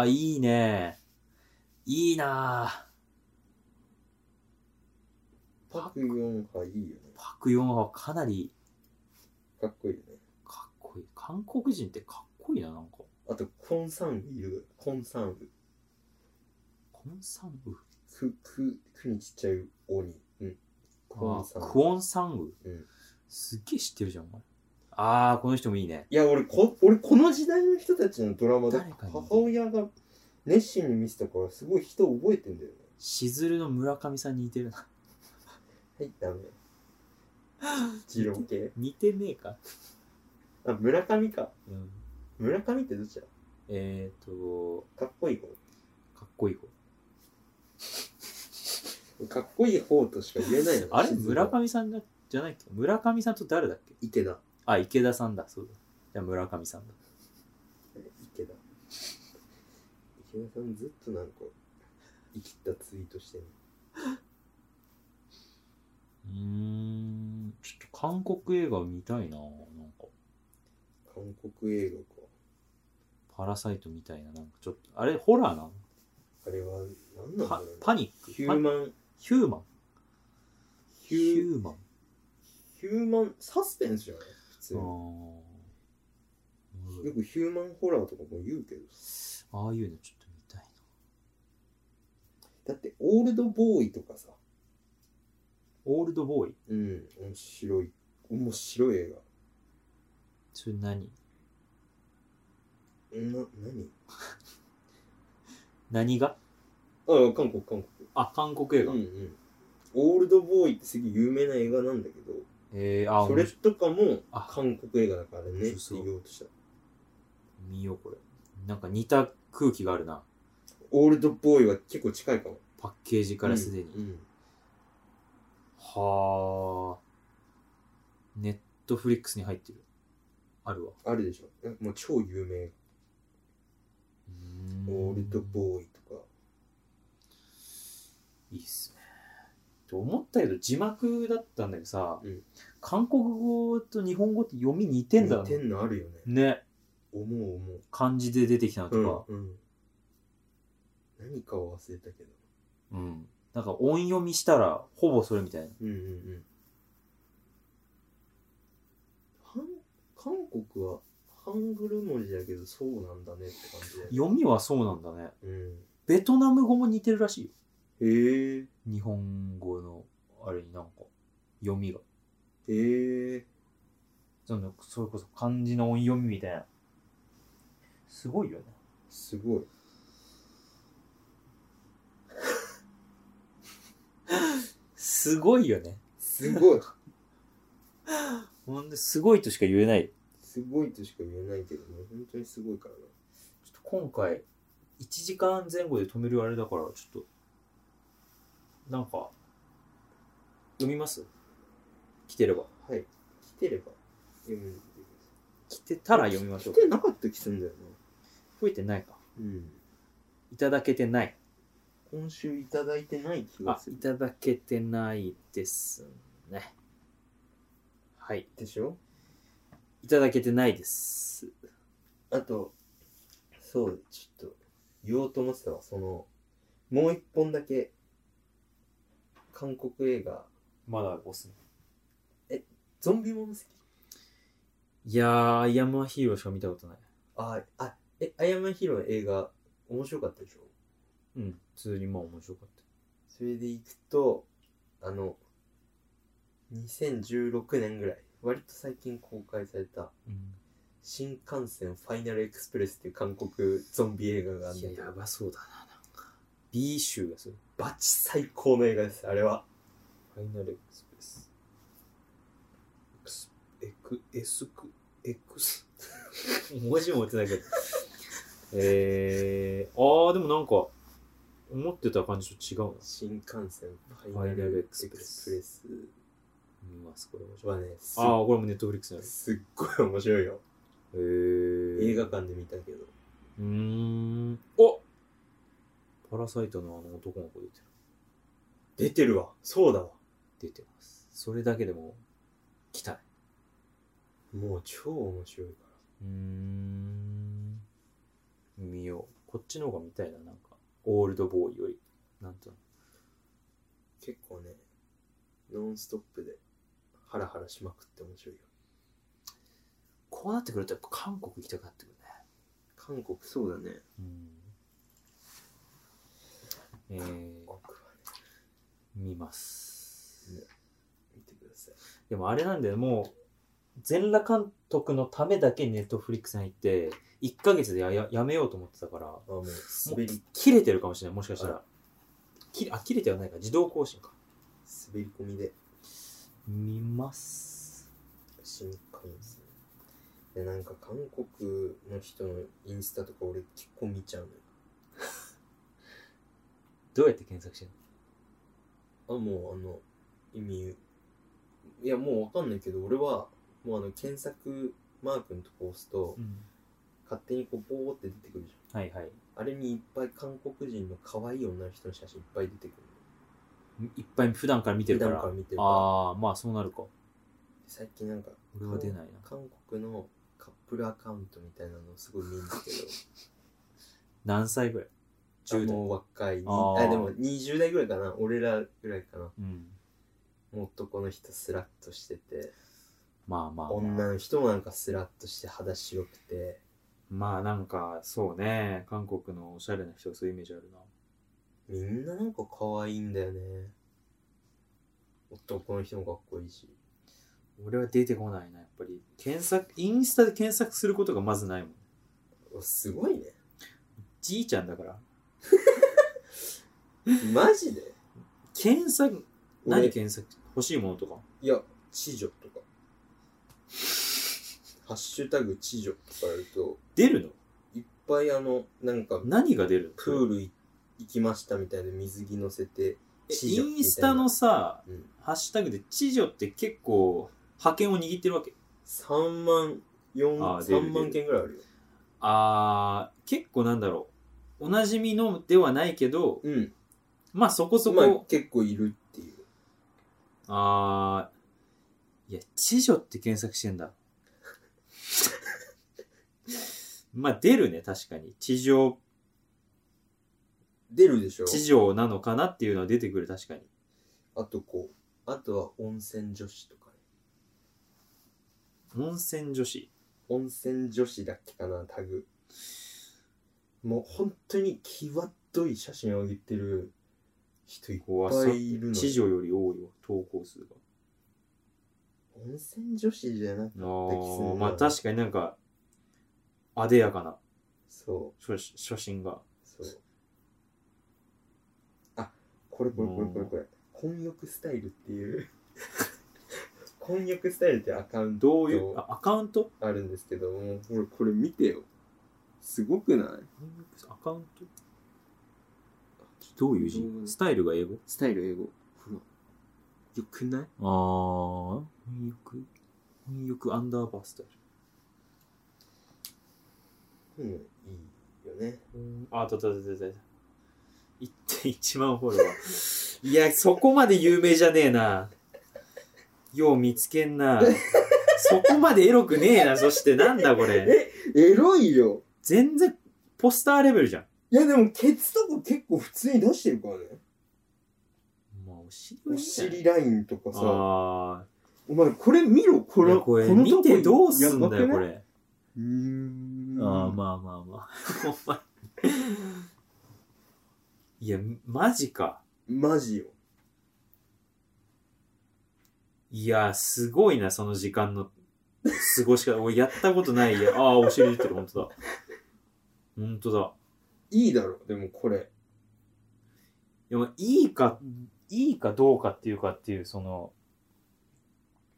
ー、あ、いいね。いいなパク・ヨンハいいよね。パクヨンハはかなりかっこいいよね。かっこいい。韓国人ってかっこいいな、なんか。あと、コン・サンウいる。コン・サンウ。コンサンウく、く、くにちっちゃい鬼。うん。コあン・サンーウ。クオンサンウ。うんすっげえ知ってるじゃん、お前。あー、この人もいいね。いや、俺こ、俺、この時代の人たちのドラマで誰かに母親が熱心に見せたから、すごい人覚えてんだよね。しずるの村上さんに似てるな。 はい、ダメ。ジロー系。似てねえか。あ、村上か。うん。村上ってどっちだえーと、かっこいい方かっこいい方。かっこいい方としか言えないのあれ静岡村上さんじゃじゃないっけ村上さんと誰だっけ池田あ、池田さんだ。そうだ。じゃあ村上さんだ。池田池田さんずっとなんか生きったツイートしてるうーん、ちょっと韓国映画見たいな。なんか。韓国映画かパラサイトみたいな、なんかちょっと、あれ、ホラーなのあれは何なんだパろうねパニックヒューマンパヒューマンヒューーマンヒューマンサスペンスじゃない普通あにーうよんくヒューマンホラーとかも言うけどああいうのちょっと見たいな。だってオールドボーイとかさオールドボーイうん面白い面白い映それ何画な何何があ韓国韓国あ、韓国映画。うんうんオールドボーイってすげえ有名な映画なんだけどえー、あー、それ面白いとかもあ韓国映画だからねってそうそう言おうとした見よう、これ。なんか似た空気があるな。オールドボーイは結構近いかもパッケージからすでに。うんはあ。ネットフリックスに入ってる。あるわ。あるでしょえもう超有名うーんオールドボーイとかいいっすね。と思ったけど字幕だったんだけどさ、うん韓国語と日本語って読み似てんだな似てんのあるよねね思う思う漢字で出てきたのとか、うんうん何かを忘れたけどうんなんか音読みしたらほぼそれみたいなうんうんうん韓韓国はハングル文字だけどそうなんだねって感じだよね読みはそうなんだねうんベトナム語も似てるらしいよへえ日本語のあれになんか読みがへえそのそれこそ漢字の音読みみたいなすごいよねすごいすごいよねすごいほんですごいとしか言えない すごいとしか言えないけどね、本当にすごいからな。ちょっと今回、1時間前後で止めるあれだから、ちょっと、なんか、読みます来てれば。はい。来てれば読むんでく来てたらださい読みましょう来。てなかった気すんだよ増えてないか。な。うん。いただけてない。今週いただいてない気があす、いる。ただけてないですね。はい。でしょいただけてないです。あと、そう、ちょっと、言おうと思ってたわ。その、もう一本だけ、韓国映画、まだおすゾンビもの好き。いやー、アイアムアヒーローしか見たことない。あ、あ、え、アイアンマンヒーローの映画、面白かったでしょうん、普通にまあ面白かっそれでいくと、ああの2016年ぐらい割と最近公開されたうん「新幹線ファイナルエクスプレス」っていう韓国ゾンビ映画があるんいだや、けどやばそうだな、なんか。B 集がする。バチ最高の映画ですあれはファイナルエクスプレス。エクス、エク、エスク、エクス。文字も打って ないけど。えー、あー、でもなんか、思ってた感じと違うな。新幹線ファァイイナナルルエエククススププレレスス見ます、これ面白い。はねすあー、これもネットフリックスにある。すっごい面白いよえー、映画館で見たけどうーん。おパラサイトのあの男の子出てる。出てるわそうだわ出てます。それだけでも、来たい。もう超面白いからうーん。見よう。こっちの方が見たいな、なんか。オールドボーイより。なんとなく。結構ねノンストップでハラハラしまくって面白いよこうなってくると、やっぱ韓国行きたくなってくるね。韓国そうだねうん。えー、韓国はね見ます。見てくださいでもあれなんだよ、もう、全裸監督のためだけネットフリックスに入って、1ヶ月でやややめようと思ってたから、あもうもう滑り切れてるかもしれない、もしかしたら。きあ、切れてはないか、自動更新か。滑り込みで見ます。新幹線でなんか韓国の人のインスタとか俺結構見ちゃうのよどうやって検索してるあもうあの意味いやもうわかんないけど俺はもうあの検索マークのとこ押すとの、勝手にこうボーって出てくるじはいはい。ゃんあれにいっぱい韓国人の可愛い女の人の写真いっぱい出てくるいっぱい普段から見て普るから。段から見てるからああ、まあそうなるか。最近なんか俺は出ないな。韓国のカップルアカウントみたいなのすごい見るんだけど何歳ぐらい ?10 10代代。もう若いにあーあでも20代ぐらいかな俺らぐらいかなうん。もう男の人スラッとしててまあまあ、ま女あ。の人もなんかスラッとして肌白くてまあなんか、そうね。韓国のおしゃれな人、そういうイメージあるな。みんななんか可愛いんだよね男の人もかっこいいし俺は出てこないな、やっぱり。検索、インスタで検索することがまずないもん。おすごいねじいちゃんだから。マジで検索、俺何検索欲しいものとか。いや知女とか「ハッシュタグ知女」とかやると出るのいっぱいあのなんか何が出るのプールい行きましたみたいな水着乗せてえ知女みたいなインスタのさ、うんハッシュタグで知女って結構、覇権を握ってるわけ。 3万4あ出る3万件ぐらいあるよあー、結構なんだろう。おなじみのではないけど、うんまあそこそまあこ、結構いるっていうあー、いや、知女って検索してんだ。 まあ出るね、確かに。地上、出るでしょ地上なのかなっていうのは出てくる、確かに。あとこうあとは温泉女子とかね温泉女子。温泉女子だっけかなタグもう本当に際どい写真を上げてる人いっこうぱいいるの地よ上より多いわ、投稿数が。温泉女子じゃなくあするーなまあ確かになんか、あでやかな、そう初初心が。そうあこれこれこれこれこれ婚浴スタイルっていう 婚浴スタイルってアカウントどういう、あアカウントあるんですけどもほらこれ見てよすごくないアカウントどういう字うんスタイルが英語スタイル英語ほらよくないああ、翻訳翻訳アンダーバースタイうんいいよねル。あ、あ、たたたたた。1.1万フォロワ ー。いや、そこまで有名じゃねえな。よう見つけん な。そこまでエロくねえな。そしてなんだこれ。エロいよ全然ポスターレベルじゃん。いやでもケツとか結構普通に出してるからねまあ、お尻はいいんおじゃない尻ラインとかさああ。お前これ見ろここれれ、これ、この見とこてどうすんやばだよ、くないこれ。うーんああ、まあまあまあ。お前。いや、マジか。マジよいやー、すごいな、その時間の過ごし方。俺、やったことないや。ああ、お尻出てる、ほんとだ。ほんとだ。いいだろ、でもこれ。でも、いいか、いいかどうかっていうかっていう、その、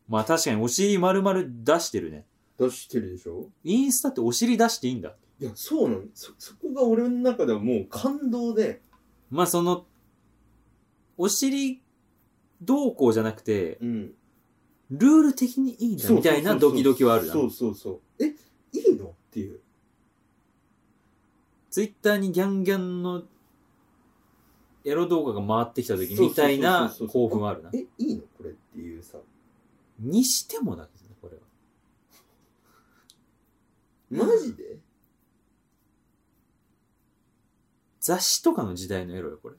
まあ確かにお尻丸々出してるね。出してるでしょインスタってお尻出していいんだ。いや、そうなの。そ、そこが俺の中ではもう感動で。まあその、お尻どうこうじゃなくて、うん。ルール的にいいんだみたいなドキドキはあるなそ。うそうそう。え、いいのっていう。ツイッターにギャンギャンのエロ動画が回ってきた時みたいなそうそうそうそう興奮はあるな。え、いいのこれっていうさ。にしてもだけどね、これは。マジで雑誌とかの時代のエロよ、 これ。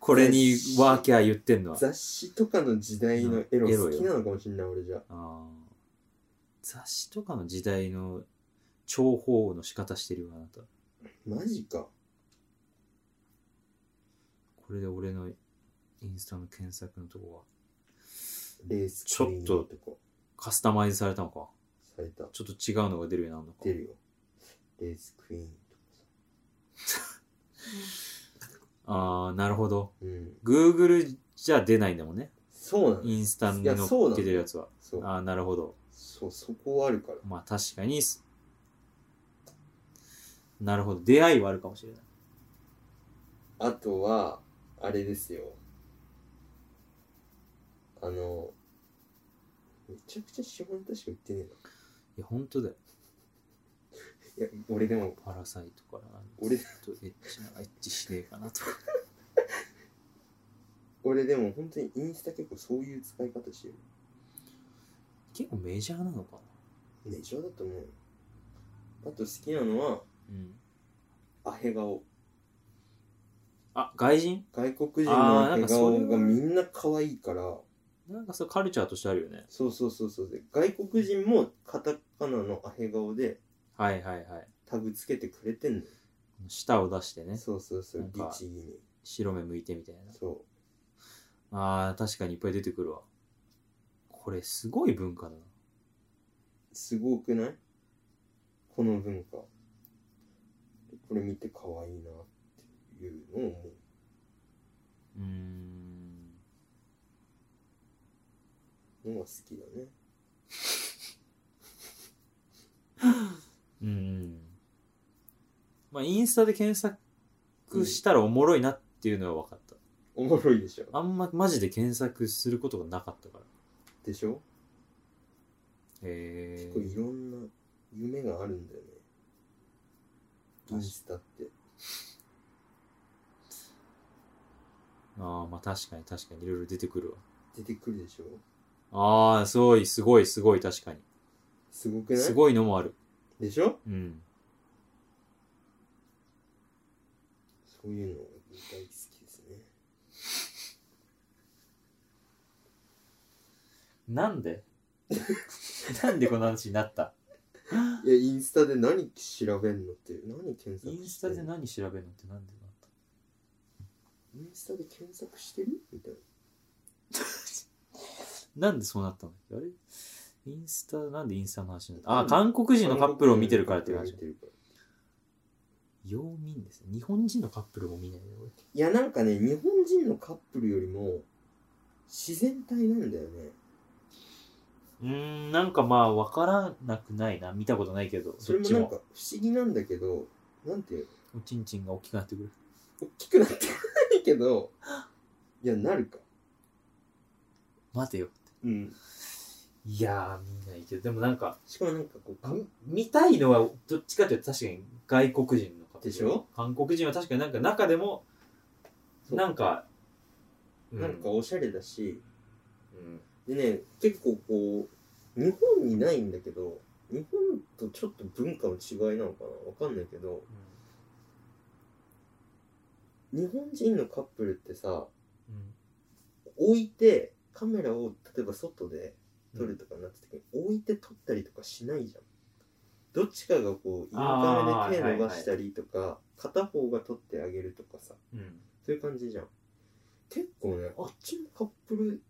これにワーキャー言ってんのは。雑誌とかの時代のエロうんエロ好よきなのかもしんない、俺じゃ。あー雑誌とかの時代の情報の仕方してるよ、あなた。マジか。これで俺のインスタの検索のとこはレースちょっとクリーニングとかカスタマイズされたのか。された。ちょっと違うのが出るようになるのか出。るよ。レースクイーンとかさ。ああ、なるほど。うん。 Google じゃ出ないんだもんね。そうなの。インスタにいやそうな乗っのけてるやつは。そう。ああ、なるほど。そう、そこはあるから。まあ確かにす、なるほど。出会いはあるかもしれない。あとは、あれですよ。あの、めちゃくちゃ資本としか言ってねえいや、本当だよ。な。いや、俺でも、パラサイトから、俺ちょっとエッチな、エッチしねえかなとか。俺でも本当にインスタ結構そういう使い方してる。結構メジャーなのかな。ね、一緒だと思うよ。あと好きなのは、うん。アヘ顔。あ、外人外国あ人ーのアなんヘかそれは顔がみんな可愛いから、なんかそうカルチャーとしてあるよね。そうそうそうそうで。外国人もカタカナのアヘ顔ではいはいはい。タグつけてくれてんのよ。舌を出してね、そうそうそなう、んか律儀に。白目向いてみたいそう。な。ああ、確かにいっぱい出てくるわ。これすごい文化だな。すごくないこの文化これ見て可愛いなっていうのを思ううーん。のが好きだねうん。まあ、インスタで検索したらおもろいなっていうのは分かった。おもろいでしょあんまマジで検索することがなかったから。でしょへ結構え。いろんな夢があるんだよねインスタってああ、まあ確かに確かにいろいろ出てくるわ。出てくるでしょああ、すごい、すごい、すごい、確かに。すごくないすごいのもある。でしょうん。そういうの大好きですねなんで なんでこの話になったいやインスタで何調べんのって何検索してイんのンスタで何調べるのってなんでなったインスタで検索してるみたいななんでそうなったのあれインスタ、なんでインスタの話になったあ、韓国人のカップルを見てるからっていう話見。てるから陽民ですね。日本人のカップルも見ないね、俺。いやなんかね日本人のカップルよりも自然体なんだよねうーん、なんかまあ、わからなくないな。見たことないけど、そそれっもちなんかも。不思議なんだけどなんていうおちんちんが大きくなってくる。の大きくなってないけどいやなるか待てよ。うんいやー、見ないけど、でもなんか、しかもなんかこうかみ見たいのは、どっちかというと確かに外国人のカップルでしょ韓国人は確かになんか中でも、そうなんか、うなんかおしゃれだしうんでね結構こう日本にないんだけど日本とちょっと文化の違いなのかなわかんないけど日本人のカップルってさうん置いてカメラを例えば外で撮るとかになった時に、置いて撮ったりとかしないじゃんどっちかがこうインカメで手伸ばしたりとか、片方が撮ってあげるとかさうんそういう感じじゃん結構ねあっちのカップル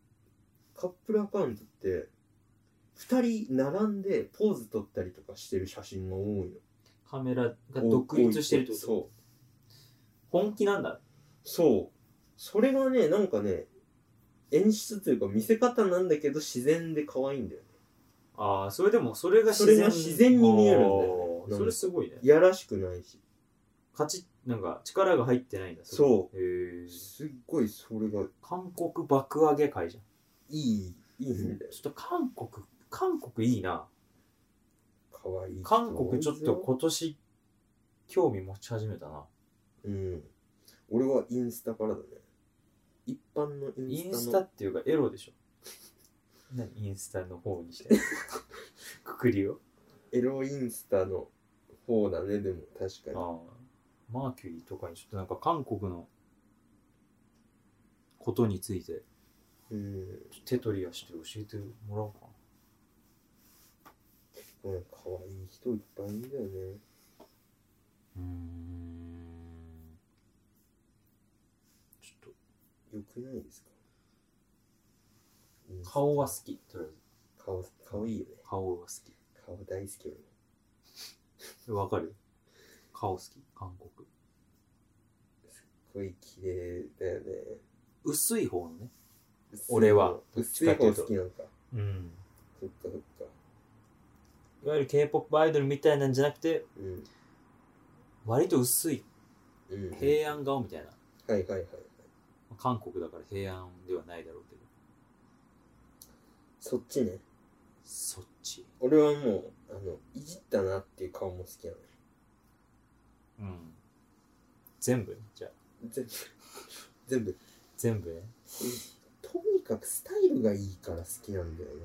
カップルアカウントって2人並んでポーズ撮ったりとかしてる写真が多いのカメラが独立してるってことそう本気なんだそうそれがねなんかね演出というか見せ方なんだけど自然で可愛いんだよねああそれでもそれがそれが自然に見えるんだよねあーそれすごいねいやらしくないし勝ちなんか力が入ってないんだそうへえすっごいそれが韓国爆上げ会じゃんいいいいんだよちょっと韓国韓国いいな可愛い人韓国ちょっと今年興味持ち始めたなうん俺はインスタからだね一般のイインンススタタのっていうかエロでしょ何インスタの方にして くくりをエロインスタの方だねでも確かにああマーキュリーとかにちょっとなんか韓国のことについてうん手取り足して教えてもらおうかなこれ可愛い人いっぱいいるんだよねうーんちょっよくないですかと顔は好きとりあえず顔顔いいよね顔は好き顔大好きよねわかる顔好き韓国すっごい綺麗だよね薄い方のね薄い俺は薄い方好きなんかうんそっかそっかいわゆる k p o p アイドルみたいなんじゃなくてうん割と薄いうん平安顔みたいな、はいはいはいまあ韓国だから平安ではないだろうけどそっちねそっち俺はもうあのいじったなっていう顔も好きなのうん全部ねじゃあ全部全部全部ねとにかくスタイルがいいから好きなんだよな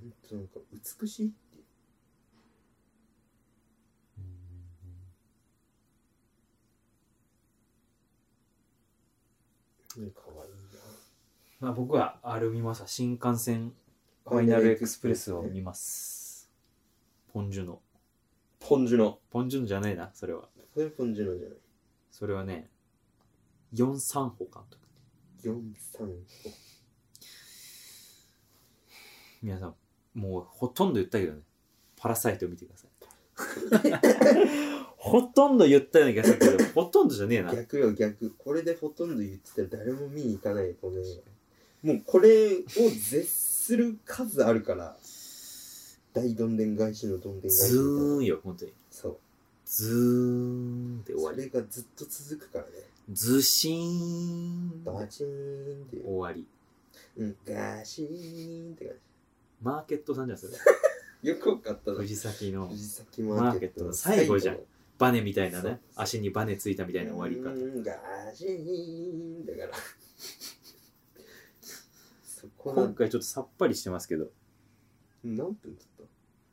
ほんとなんか美しいっていううん可愛いなまあ僕はあれを見ますわ新幹線ファイナルエクスプレスを見ますポンジュのポンジュのポンジュのじゃねえなそれはこれポンジュのじゃないそれはねヨ三歩監督435皆さんもうほとんど言ったけどねパラサイト見てくだ さいほとんど言ったような気がするけどほとんどじゃねえな逆よ逆これでほとんど言ってたら誰も見に行かないよこの映画もうこれを絶する数あるから大どんでん返しのどんでん返しズみたいなーンよ本当にそうズーンで終わそりれがずっと続くからねズシーンでバチーンっていう終わりうんガシーンって感マーケットさんじゃんそ れじよくわかったな藤崎の藤崎ママーケットーケットのの最後じゃんバネみたいなそうね足にバネついたみた最いな後終わり方うんガシーンだからそこな今ん回ちょっとさっぱりしてますけど何分だった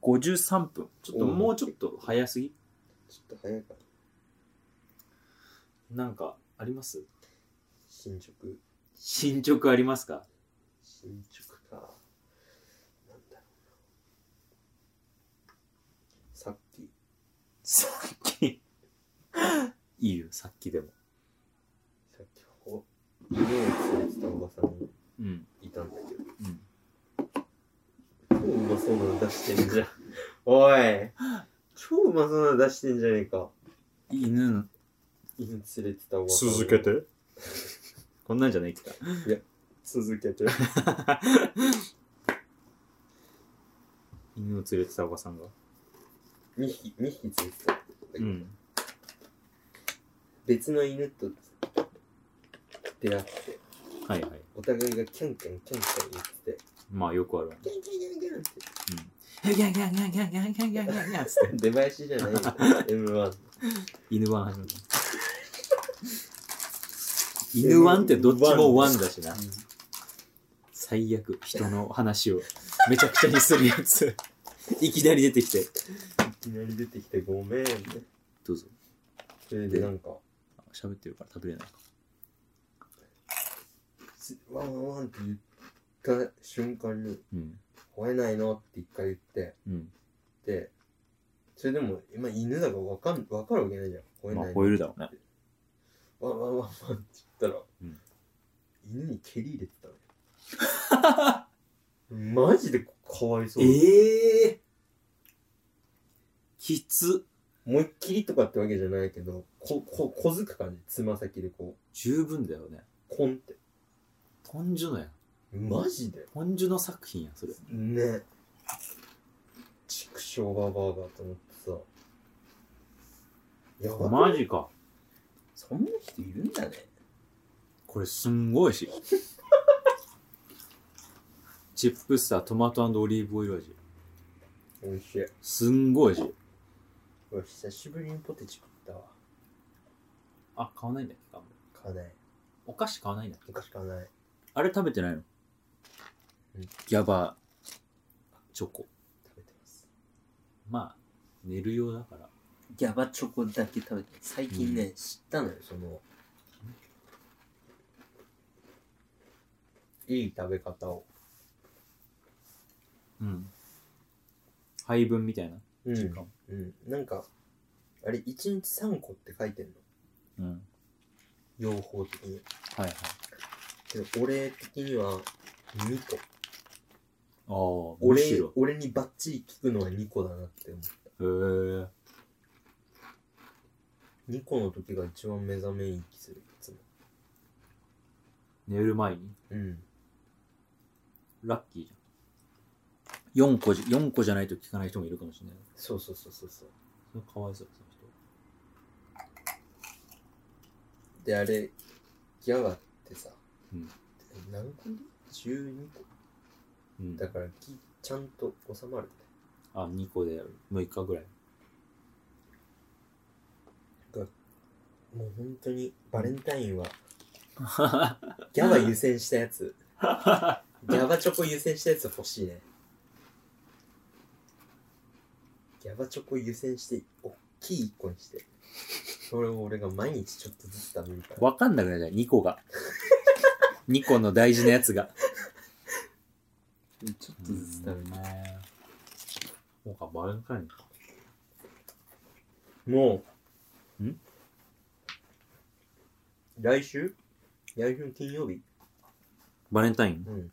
53分ちょっとおーもうちょっと早すぎちょっと早いかななんかあります進捗進捗ありますか進捗かなんだろうなさっきさっきいいよさっきでもさっきほ迷惑されてたおばさんにうんいたんだけどうん超うまそうなの出してんじゃんおい超うまそうなの出してんじゃねえか犬の犬連れてたおばさん続けてこんなんじゃないっけか続けて犬を連れてたおばさんが2匹2匹連れてたうん別の犬と出会ってはいはいお互いがキャンキャンキャンキャン言っててまあよくあるわキャンキャンキャうんンキャンってギャンギャンギャンギャンギャンギャンギャンギャンギャンっつって出囃子じゃないよ M1 犬ワン始めた犬ワンってどっちもワンだしな最悪人の話をめちゃくちゃにするや ついきなり出てきていきなり出てきてごめんってどうぞそれでなんか喋ってるから食べれないすワンワンワンって言った瞬間にうん吠えないのって一回言ってうんでそれでも今犬だからわかんわかるわけないじゃん吠えまなあい吠えのるだろうねワンワンワンワンって言ったらうん犬に蹴り入れてたのよ マジでかわいそう。ええきつ。思いっきりとかってわけじゃないけど、こ、こ、こづく感じ。つま先でこ十分だよね。う、コンって。ポンジュのや。マジでポンジュの作品や、それ。ね。畜生ババアがと思ってさ。やばい。マジか。そんな人いるんだね。これすんごいし。 チップスター、トマトオリーブオイル味。美味しい。すんごいし。うわ久しぶりにポテチ食ったわ。あ、買わないんだっけか買わない。お菓子買わないんだっけ昔買わない。あれ食べてないのうんギャバチョコ。食べてます。まあ、寝る用だから。ギャバチョコだけ食べて最近ね知ったのよ、その。いい食べ方を。うん。配分みたいなう時ん。間。うん。なんか、あれ、1日3個って書いてんの。うん。用法的に。はいはい。けど、俺的には2個。ああ、む俺しろ。、俺にバッチリ効くのは2個だなって思った。へえ。 2個の時が一番目覚めいい気する、いつも。寝る前にうん。ラッキーじゃん。4個じ、4個じゃないと聞かない人もいるかもしれない。そうそうそうそうそう。それかわいそう、その人。で、あれ、ギャガってさ、うん何個 ?12 個。うんだ。から、きちゃんと収まる。あ、2個で6日ぐらい。もう本当に、バレンタインは、ギャバ優先したやつ。ギャバチョコ優先したやつ欲しいね。ギャバチョコ優先して、おっきい一個にして。それを俺が毎日ちょっとずつ食べるから。わかんなくなっちゃう、2個が。2個の大事なやつが。ちょっとずつ食べる。ね。そうか、バレンタインか。もう。ん来週来週の金曜日バレンタインうん。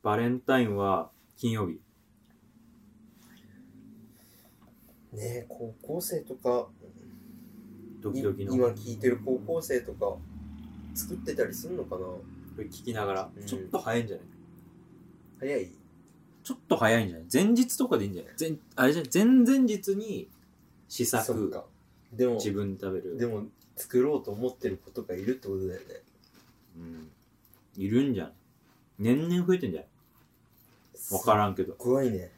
バレンタインは金曜日。ねえ、高校生とか、ドいキドキの。今聞いてる高校生とか、作ってたりすんのかなこれ聞きながらうん。ちょっと早いんじゃない早いちょっと早いんじゃない前日とかでいいんじゃない前あれじゃない前々日に試そっ作、か。でも、自分で食べる。でも、作ろうと思ってる子とかいるってことだよね。うん。いるんじゃない年々増えてんじゃないわかん。らんけど。すごいね。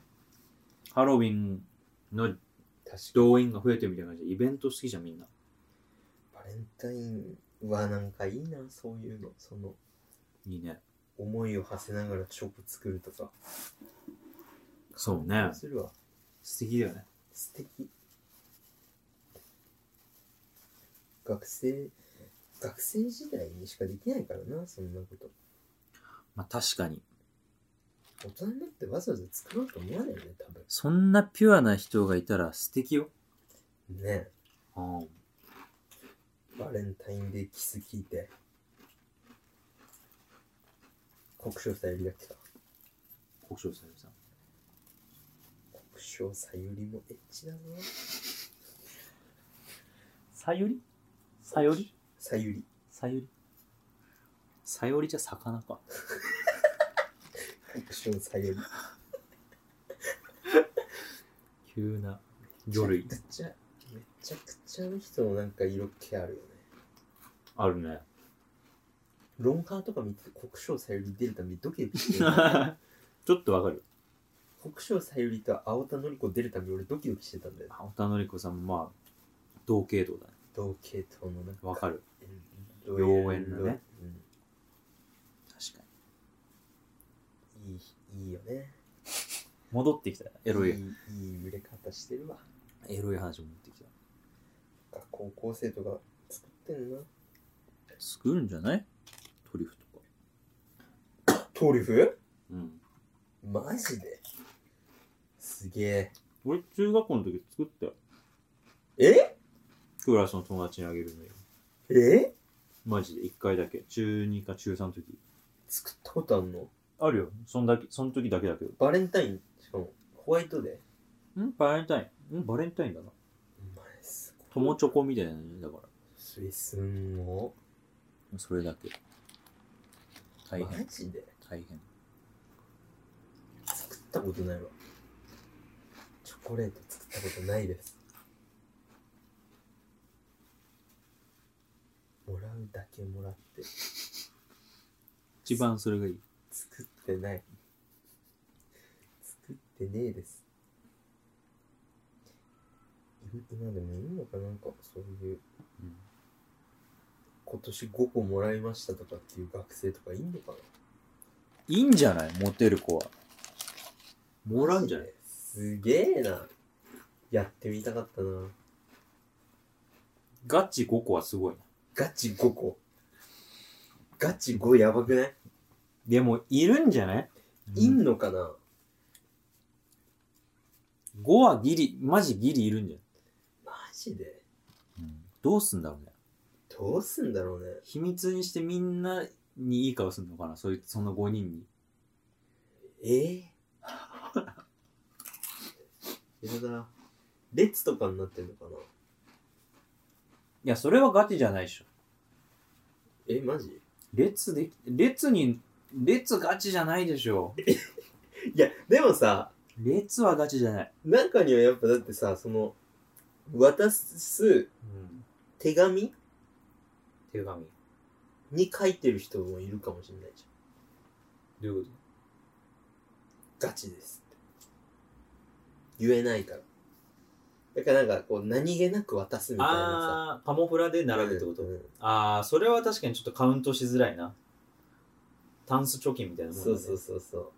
ハロウィンの確か動員が増えてるみたいな感じで、イベント好きじゃん、みんな。バレンタインはなんかいいな、そういうの。その、いいね。思いを馳せながらチョコ作るとか。そうね。するわ。素敵だよね。素敵学生学生時代にしかできないからなそんなことまあ確かに。大人になってわざわざ作ろうと思わないよね多分そんなピュアな人がいたら素敵よ。ねうん。バレンタインデーキス聞いて国章さゆりだっけか国生さゆりさん。国章さゆりもエッチだぞさゆりさゆりさゆりさゆりさゆりじゃ魚か。国章さゆり急な魚類め。ちゃくちゃめちゃくちゃあの人のなんか色気あるよねある ね。ロンハーとか見てて国章さゆり出るたびドキドキして るよねちょっとわかる。北昇さゆりと青田紀子出るたび俺ドキドキしてたんだよ青田のりこさん、まあ、同系統だね。同系統のなんかわかる。うん妖艶なね、確かに。うんいいいいよね戻ってきた。エロいい。いいい売れ方してるわエロい話を持ってきた。高校生とか作ってんな作るんじゃないトリュフとか。トリュフうん。マジですげ俺、中学校の時作ったよ。ええクラスの友達にあげるのよ。えマジで、一回だけ。中2か中3の時。作ったことあんのあるよ。そんだけ、その時だけだけど。バレンタインしかもホワイトデーんバレンタイン。んバレンタインだな。お前すごい友チョコみたいなのだかそれすんごら。それだけ。大マ変。ジで大変。作ったことないわチョコレート作ったことないですもらうだけもらって一番それがいい。作ってない作ってねえですい今でもいいのかなんかそういううん今年5個もらいましたとかっていう学生とかいいのかないいんじゃないモテる子は。もらうんじゃないすげえなやってみたかったなガチ5個はすごいな。ガチ5個ガチ5やばくないでも、いるんじゃないいんのかな、 5はギリ、マジギリいるんじゃマジでない、どうすんだろうね。どうすんだろうね秘密にしてみんなにいい顔すんのかなそいその5人に。ええやだ列とかになってんのかないや、それはガチじゃないでしょ。えマジ列でき、列に、列ガチじゃないでしょ。いやでもさ列はガチじゃない。中にはやっぱだってさその渡すうん。手紙手紙。どに書いてる人もいるかもしれないじういうこゃんガチですって言えないからだからなんかこう何気なく渡すみとたいなあー、カモフラでさ並ぶってこと、うんああ、それは確かにちょっとカウントしづらいな。タンス貯金みたいなもんだそね。うそうそうそう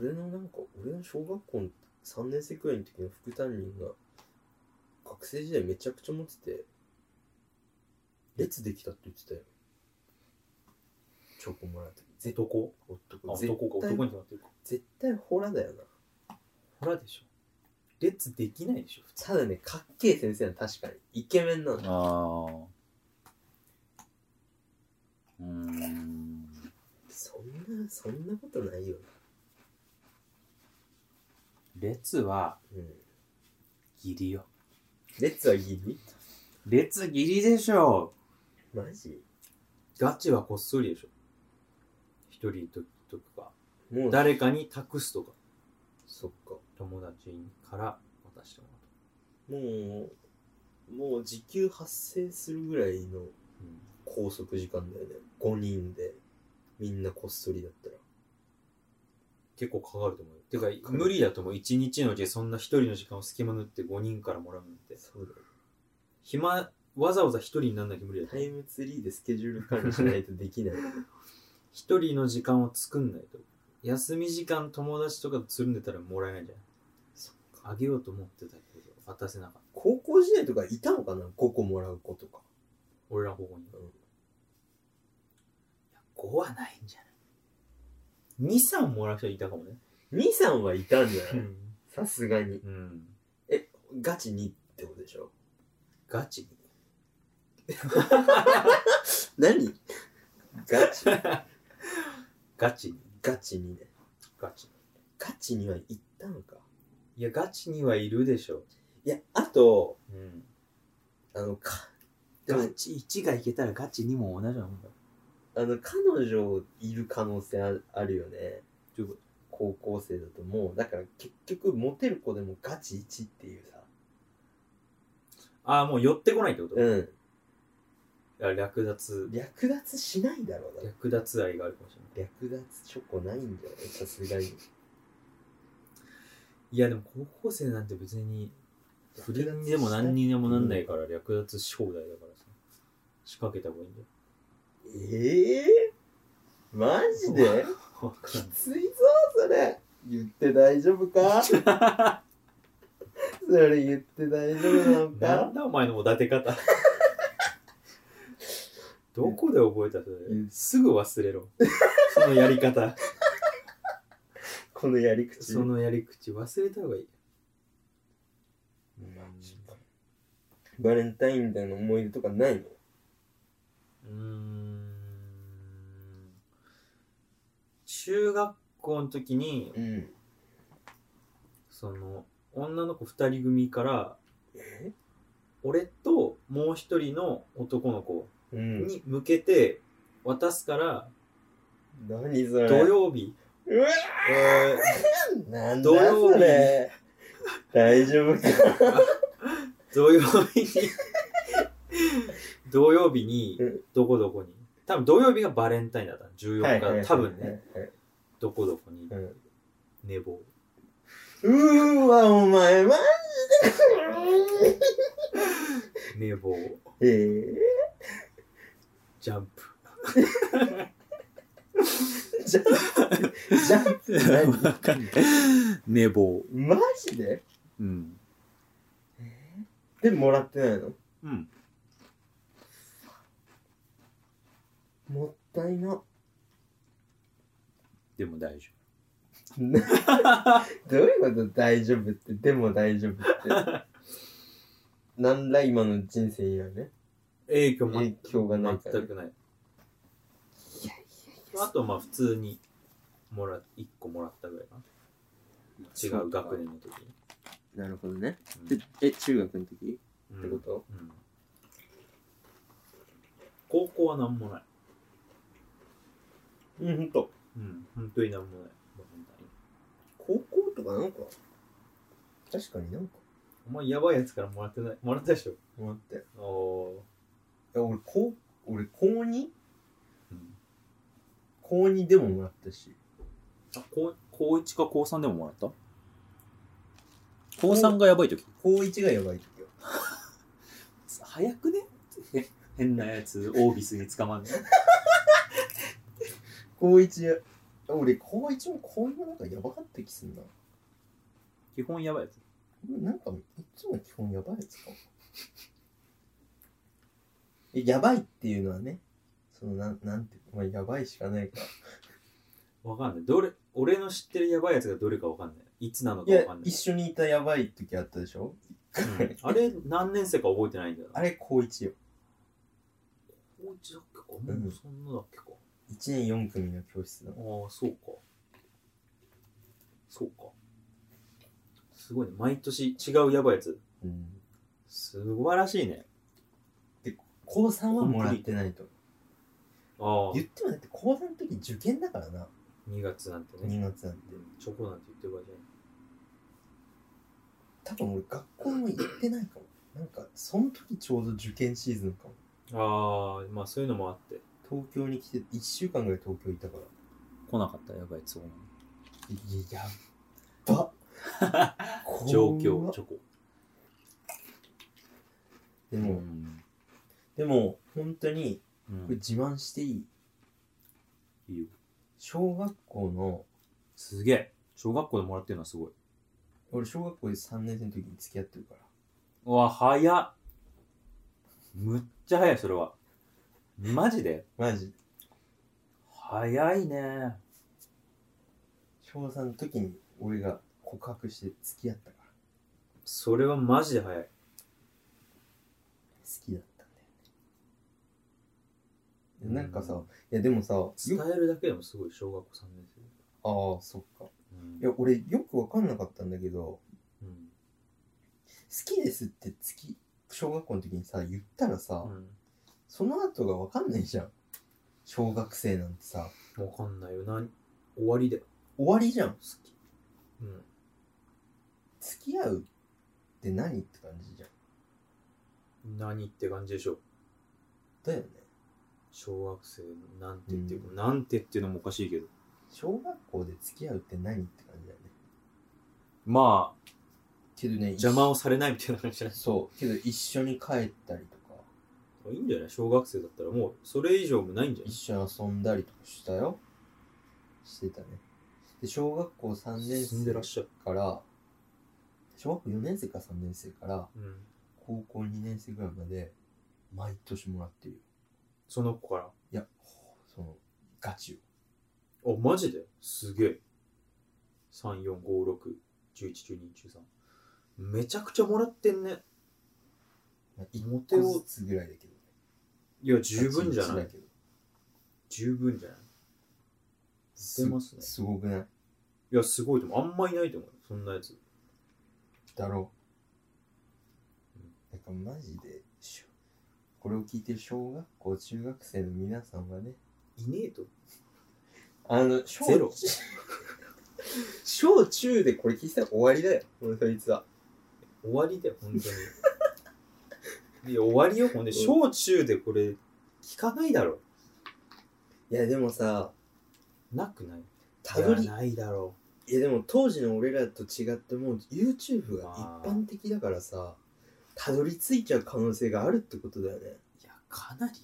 俺のなんか俺の小学校の3年生くらいの時の副担任が学生時代めちゃくちゃ持ってて列できたって言ってたよチョコもらう時絶男あ男絶男か対男に決まってるか。絶対ホラだよなほらでしょ。列できないでしょ、普通。ただねかっけえ先生は確かにイケメンなのああ。うーん。そんなそんなことないよ列はなうんギリよ。列はギリ列ギリでしょ。マジガチはこっそりでしょ。一人ととか。もう誰かに託すとか。そっか友達から渡してもらうとか。もう、もう時給発生するぐらいのうん拘束時間だよね。5人で、みんなこっそりだったら。結構かかると思うよてかかる無理だと思う一日のうちそんな一人の時間を隙間縫って5人からもらうなんてそうだよ。暇わざわざ一人になんなきゃ無理だとタ思イうムツリーでスケジュール管理しないとできない。 一人の時間を作んないと休み時間友達とかとつるんでたらもらえないじゃんそっか。あげようと思ってたけど渡せなかった高校時代とかいたのかな ?5 個もらう子とか。俺らの方向に、うんいや5はないんじゃない23もらう人いたかもね2、3はいたんじゃ ないさすがに。うんガチにってことでしょガチ何ガチ、ガチガチにね。ガチガチには行ったのか。いやガチにはいるでしょ、いや、あと、うんあの、か、でもガチ1がいけたらガチ2も同じなもんだ。あの彼女いる可能性ああるよねどういうこ高校生だともうだから結局モテる子でもガチ1っていうさああ、もう寄ってこないってこと、いうんや略奪、略奪しないだろうな略奪愛があるかもしれない。略奪チョコないんだよねさすがにいや、でも高校生なんて別に、不略奪倫でも何にでもなんないから略奪し放題だからさ。仕掛けた方がいいんだよ。ええマジ でわかきんないついぞそれ言って大丈夫か それ言って大丈夫な のなかんだお前のおだて 方。どこで覚えたそれんすぐ忘れ ろ。そのやり方。このやり口そのやり口忘れた方がいい。バレンタインデーの思い出とかないのうーん中学校の時にうん。その女の子2人組からえ俺ともう一人の男の子うん。に向けて渡すから何それ土曜日、うわえなんだ土曜日それ大丈夫かー土曜日 に土曜日にうんどこどこに多分土曜日がバレンタインだった14日、多分ね、どこどこにはいはい寝 坊うーわお前マジで寝坊えジャンプえじゃじゃ何わかんない寝坊マジでうんでもらってないのうんもっ たいなでも大丈などういうこと大丈夫ってでも大丈夫ってなんら今の人生やね夫影響影響がないから全くないあとまあ普通にもら1個もらったぐらいかな違う学年の時になるほどねうんでえ中学の時うんってことうん高校は何もないうんほんとうん本当に何もないもう本当に高校とかなんか確かになんかお前やばいやつからもらってないもらったでしもらってょおいや俺高俺高 2? ー、うん、高2でももらったしあ高高1か高3でももらった高三がやばい時高1がやばい時よ早くねへ変なやつオービスに捕まんね高1や俺高1も高2もなんかやばかった気すんな 基本やばいやつなんかいつも基本やばいやつかも えやばいっていうのはねそのなんなんてまあやばいしかないかわかんないどれ俺の知ってるやばいやつがどれかわかんないいつなのいかわやかんない一緒にいたやばい時あったでしょうんあれ何年生か覚えてないんだよな あれ高1よ高1だっけかもんうそんなだっけか1年4組の教室だああそうかそうかすごいね毎年違うやばいやつうん素晴らしいね高3はもらってないとああ言ってもだって高3の時受験だからな2月なんてね2月なんてチョコなんて言ってる場合じゃない多分俺学校も行ってないかもなんかその時ちょうど受験シーズンかあもあまあそういうのもあって東京に来て1週間ぐらい東京いたから来なかったやばいやついややっば 状怖況っチョコでうも、んでも本当にうこれん自慢していいいいよ小学校のすげえ小学校でもらってるのはすごい俺小学校で3年生の時に付き合ってるからうわ早っむっちゃ早いそれはマジでマジ早いね小3の時に俺が告白して付き合ったからそれはマジで早い好きだったんだよねなんかさ、いやでもさよ伝えるだけでもすごい小学校3年生ああそっかうんいや俺よく分かんなかったんだけどうん好きですって月小学校の時にさ言ったらさ、うんその後が分かんないじゃん小学生なんてさわかんないよ何終わりだよ終わりじゃん好きうん付き合うって何って感じじゃん何って感じでしょうだよね小学生なんてっていうか、なんてっていうのもおかしいけど小学校で付き合うって何って感じだよねまあけどね邪魔をされないみたいな感じじゃなそうけど一緒に帰ったりとかいいいんじゃない小学生だったらもうそれ以上もないんじゃない一緒に遊んだりとかしたよしてたねで小学校3年住んでらっ生しゃるから小学校4年生か3年生からうん高校2年生ぐらいまで毎年もらってるよその子からいやそのガチよあマジですげえ3456111213めちゃくちゃもらってんねまあモ1テ個をずつぐらいだけどねいや十分じゃガなチガいチだけど十分じゃない出ますねすごくないいや、すごいと思う。あんまいないと思う。そんなやつ。だろう。なんかマジでしょ、これを聞いてる小学校、中学生の皆さんはね、いねえと。あの、小ゼロ。 小中でこれ聞いてたら終わりだよ、俺そいつは。終わりだよ、本当 に。いや、終わりよ、ほんで、小中でこれ、聞かないだろ。いやでもさなくないたどりいやないだろいやでも当時の俺らと違ってもう YouTube が一般的だからさたどり着いちゃう可能性があるってことだよねう。いや、かなり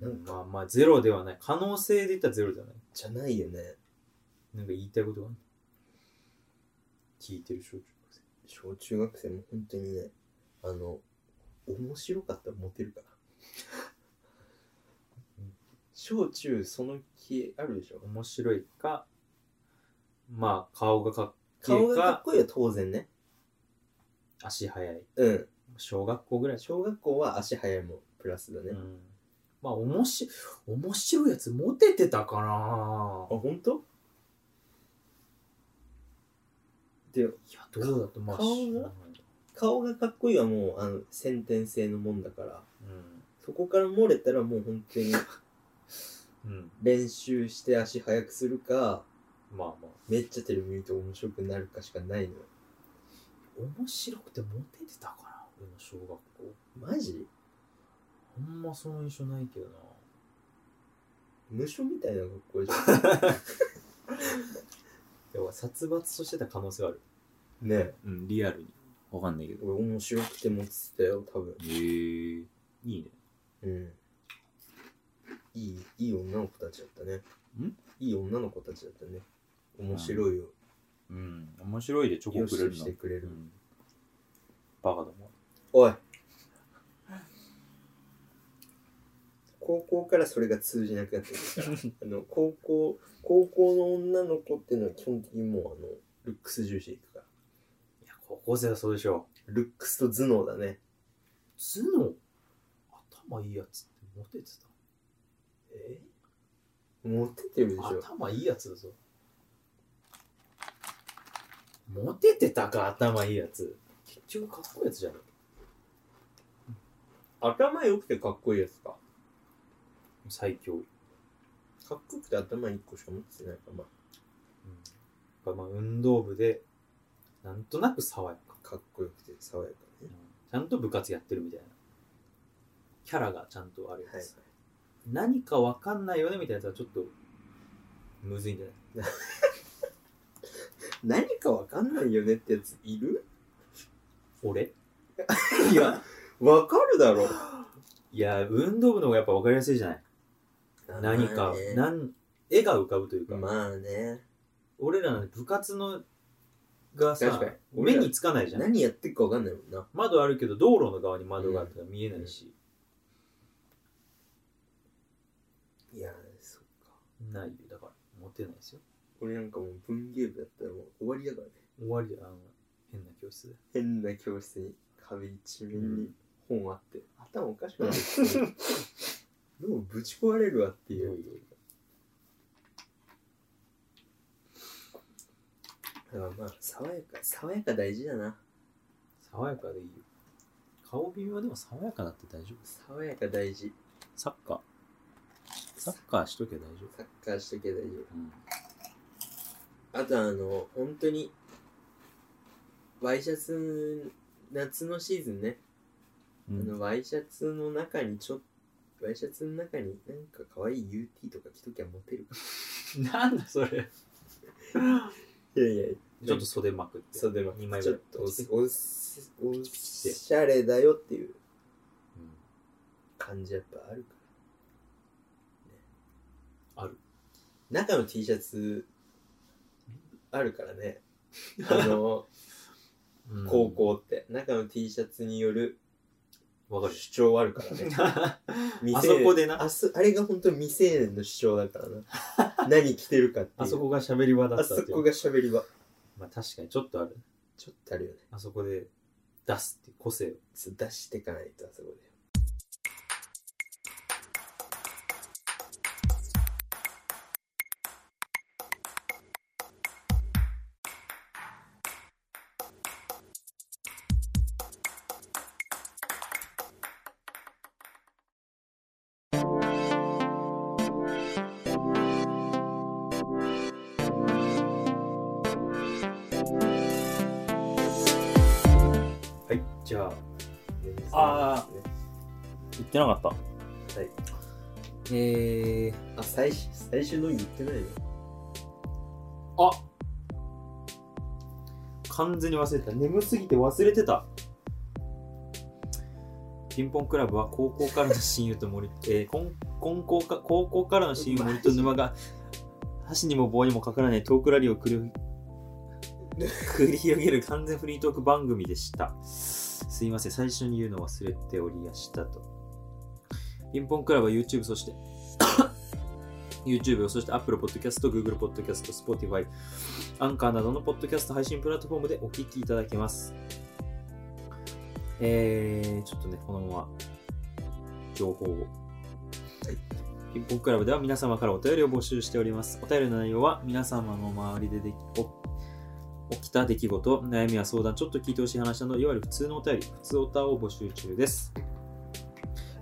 よ。ななんんか、かまあまあ、ゼロではない。可能性で言ったらゼロじゃない。じゃないよねなんか言いたいことがある聞いてる小中学生。小中学生も本当にねあの面白かったらモテるから小中その気あるでしょ面白いか、まあ、顔がかっけ顔えがかっか、こいいは当然ね足早い。うん小学校ぐらいでし小学校は足早いもプラスだね、ょ。うあん。まあ、おもし、面白いやつモテてたかな本当でいや、どうだと、まあ、顔が知らない顔がかっこいいはもうあの先天性のもんだからうん。そこから漏れたらもう本当にうん。練習して足速くするかまあまあ。めっちゃテレビ見て面白くなるかしかないのよ面白くてモテてたかな俺の小学校。マジあんまその印象ないけどな。無償みたいな学校じ ゃん要は殺伐としてた可能性はある。ねえうん、リアルに。わかんないけど。俺面白くてモテてたよ多分へえ。いいね。うんいいいい女の子たちだったねんいい女の子たちだったね面白いようん。面白いでチョよコしくれとるしのて。くれる、うん。バカだもん。おい高校からそれが通じなくなってくるから あの高校高校の女の子っていうのは基本的にもうあのルックス重視でいくからいや、高校生はそうでしょ。ルックスと頭脳だね頭脳頭いいやつってモテてたえモテてるでしょ頭いいやつだぞモテてたか頭いいやつ結局かっこいいやつじゃない頭良くてかっこいいやつか最強、うんかっこよくて頭一個しか持ってないからまあやっぱまあ運動部でなんとなく爽やか、かっこよくて爽やかねちゃんと部活やってるみたいなキャラがちゃんとあるやつ、はい何かわかんないよねみたいなやつはちょっとむずいんじゃない何かわかんないよねってやついる 俺いやわかるだろいや運動部の方がやっぱわかりやすいじゃない何か、まなあん絵が浮かぶというか、ねまあね俺らの部活のがさ確かに目につかないじゃん何やってるか分かんないもんな窓あるけど道路の側に窓があるから見えないし、いやそっかないよだからモテないですよ俺なんかもう文芸部だったらもう終わりだからね終わりだあの変な教室で変な教室に壁一面に本あって、頭おかしくなって きてもうぶち壊れるわっていうだからまあ爽やか爽やか大事だな爽やかでいいよ顔ビはでも爽やかだって大丈夫爽やか大事サッカーサッカーしとけば大丈夫、サッカーしとけば大丈うん、夫あとあの本当にワイシャツ夏のシーズンねあのワイシャツの中にちょっとワイシャツの中になんか可愛い UT とか着ときゃモテるか なんだそれいやいやちょっと袖まくってそうでも二枚ちぐょらっいとおしおしおチピチってしゃれだよっていううん感じやっぱあるから、ある中の T シャツあるからねあのうん高校って中の T シャツによるわかる主張あるからね あそこでなあそあれが本当に未成年の主張だからな何着てるかっていうあそこが喋り場だあったってそいうこが喋り場まあ確かにちょっとある。ちょっとあるよねあそこで出すっていう個性を。そう出していかないとあそこでじゃああ言ってなかった。えー、あ最初最初の言ってないよあ完全に忘れてた眠すぎて忘れてたピンポンクラブは高校からの親友と森、 えー、こん今高か高校からの親友森と沼が箸にも棒にもかからないトークラリーを繰り繰り広げる完全フリートーク番組でしたすいません最初に言うの忘れておりやしたとピンポンクラブは YouTube そして YouTube そして Apple Podcast、Google Podcast、Spotify、アンカーなどのポッドキャスト配信プラットフォームでお聞きいただけます。えー、ちょっとね、このまま情報を。ピンポンクラブでは皆様からお便りを募集しております。お便りの内容は皆様の周りでできお起きた出来事、悩みや相談、ちょっと聞いてほしい話など、いわゆる普通のお便り、普通おたを募集中です。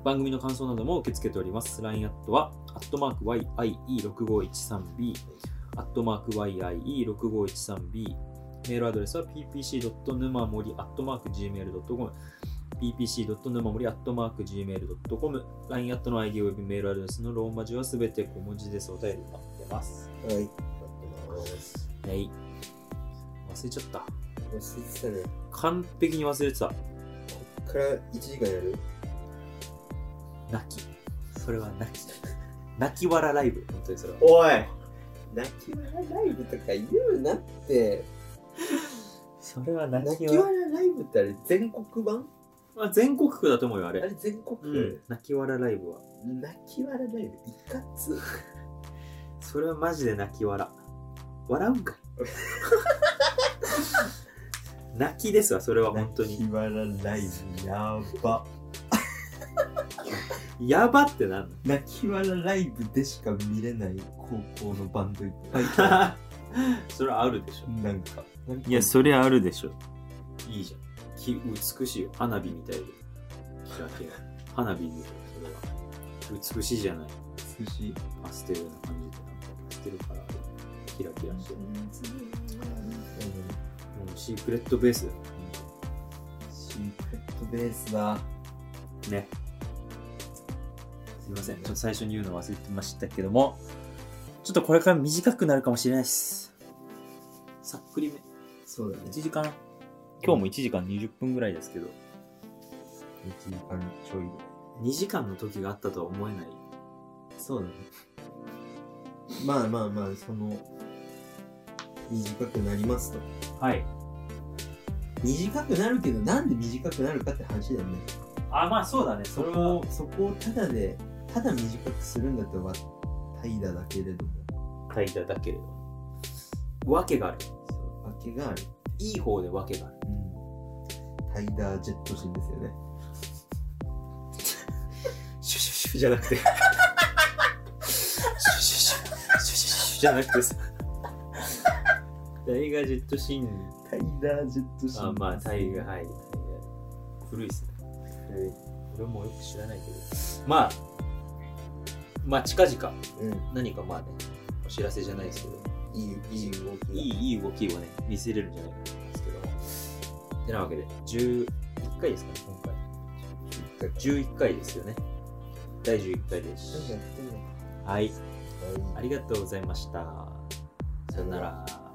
番組の感想なども受け付けております。LINE アットは、アットマーク YIE6513B、アットマーク YIE6513B、メールアドレスは ppc.numamori.gmail.com、ppc.numamori.gmail.com、LINE アットの ID 及びメールアドレスのローマ字はすべて小文字です。お便り待ってます。はい待ってますはい。忘れちゃった。忘れてたね完璧に忘れてた。こっから1時間やる泣き。それは泣き。泣き笑ライブ。本当にそれは。おい泣き笑ライブとか言うなってそれは泣き笑ライブってあれ全国版まあ、全国区だと思うよ、ああれ。れ全国、うん。泣き笑ライブは。泣き笑ライブいかつそれはマジで泣き笑。笑うんかい。泣きですわ、それは本当に。泣き笑ライブやばやばってなんの 泣き笑ライブでしか見れない高校のバンドいっ ぱいいたそれはあるでしょ。なんかなんかいや、それあるでしょ。いいじゃん。き美しいよ。花火みたいで。キラキラ。花火みたいそれは。美しいじゃない。美しいパステルな感じで、なんかパステルカラーでキラキラしてる。もうシークレットベースだよシークレットベースだね。すいません、ちょっと最初に言うの忘れてましたけども、ちょっとこれから短くなるかもしれないです。さっくりめ。そうだね1時間。今今日日もも1時間20分ぐらいですけど。 1時間ちょい2時間の時があったとは思えない。そうだねまあまあまあその短くなりますとはい。短くなるけどなんで短くなるかって話だよねあ、まあそうだね、そこをそこをただでただ短くするんだとは怠惰だけれども書いただけれど。わけがある。そうわけがある、いい方でわけがある。うん、タイダージェットシンですよねシュシュシュじゃなくて。シュシュシュ。シュシュシュじゃなくてさ。タイガージェットシーン。タイダージェットシンあまあタイガーはいタイガー古いっすね俺もよく知らないけどまあまあ近々うん何かまあねお知らせじゃないですけどいいいい動きだいいいい動きをね見せれるんじゃないかなと思うんですけどもてなわけで11回ですかね今回なんか11回ですよね第11回ですやってんのかはいはいありがとうございましたさよなら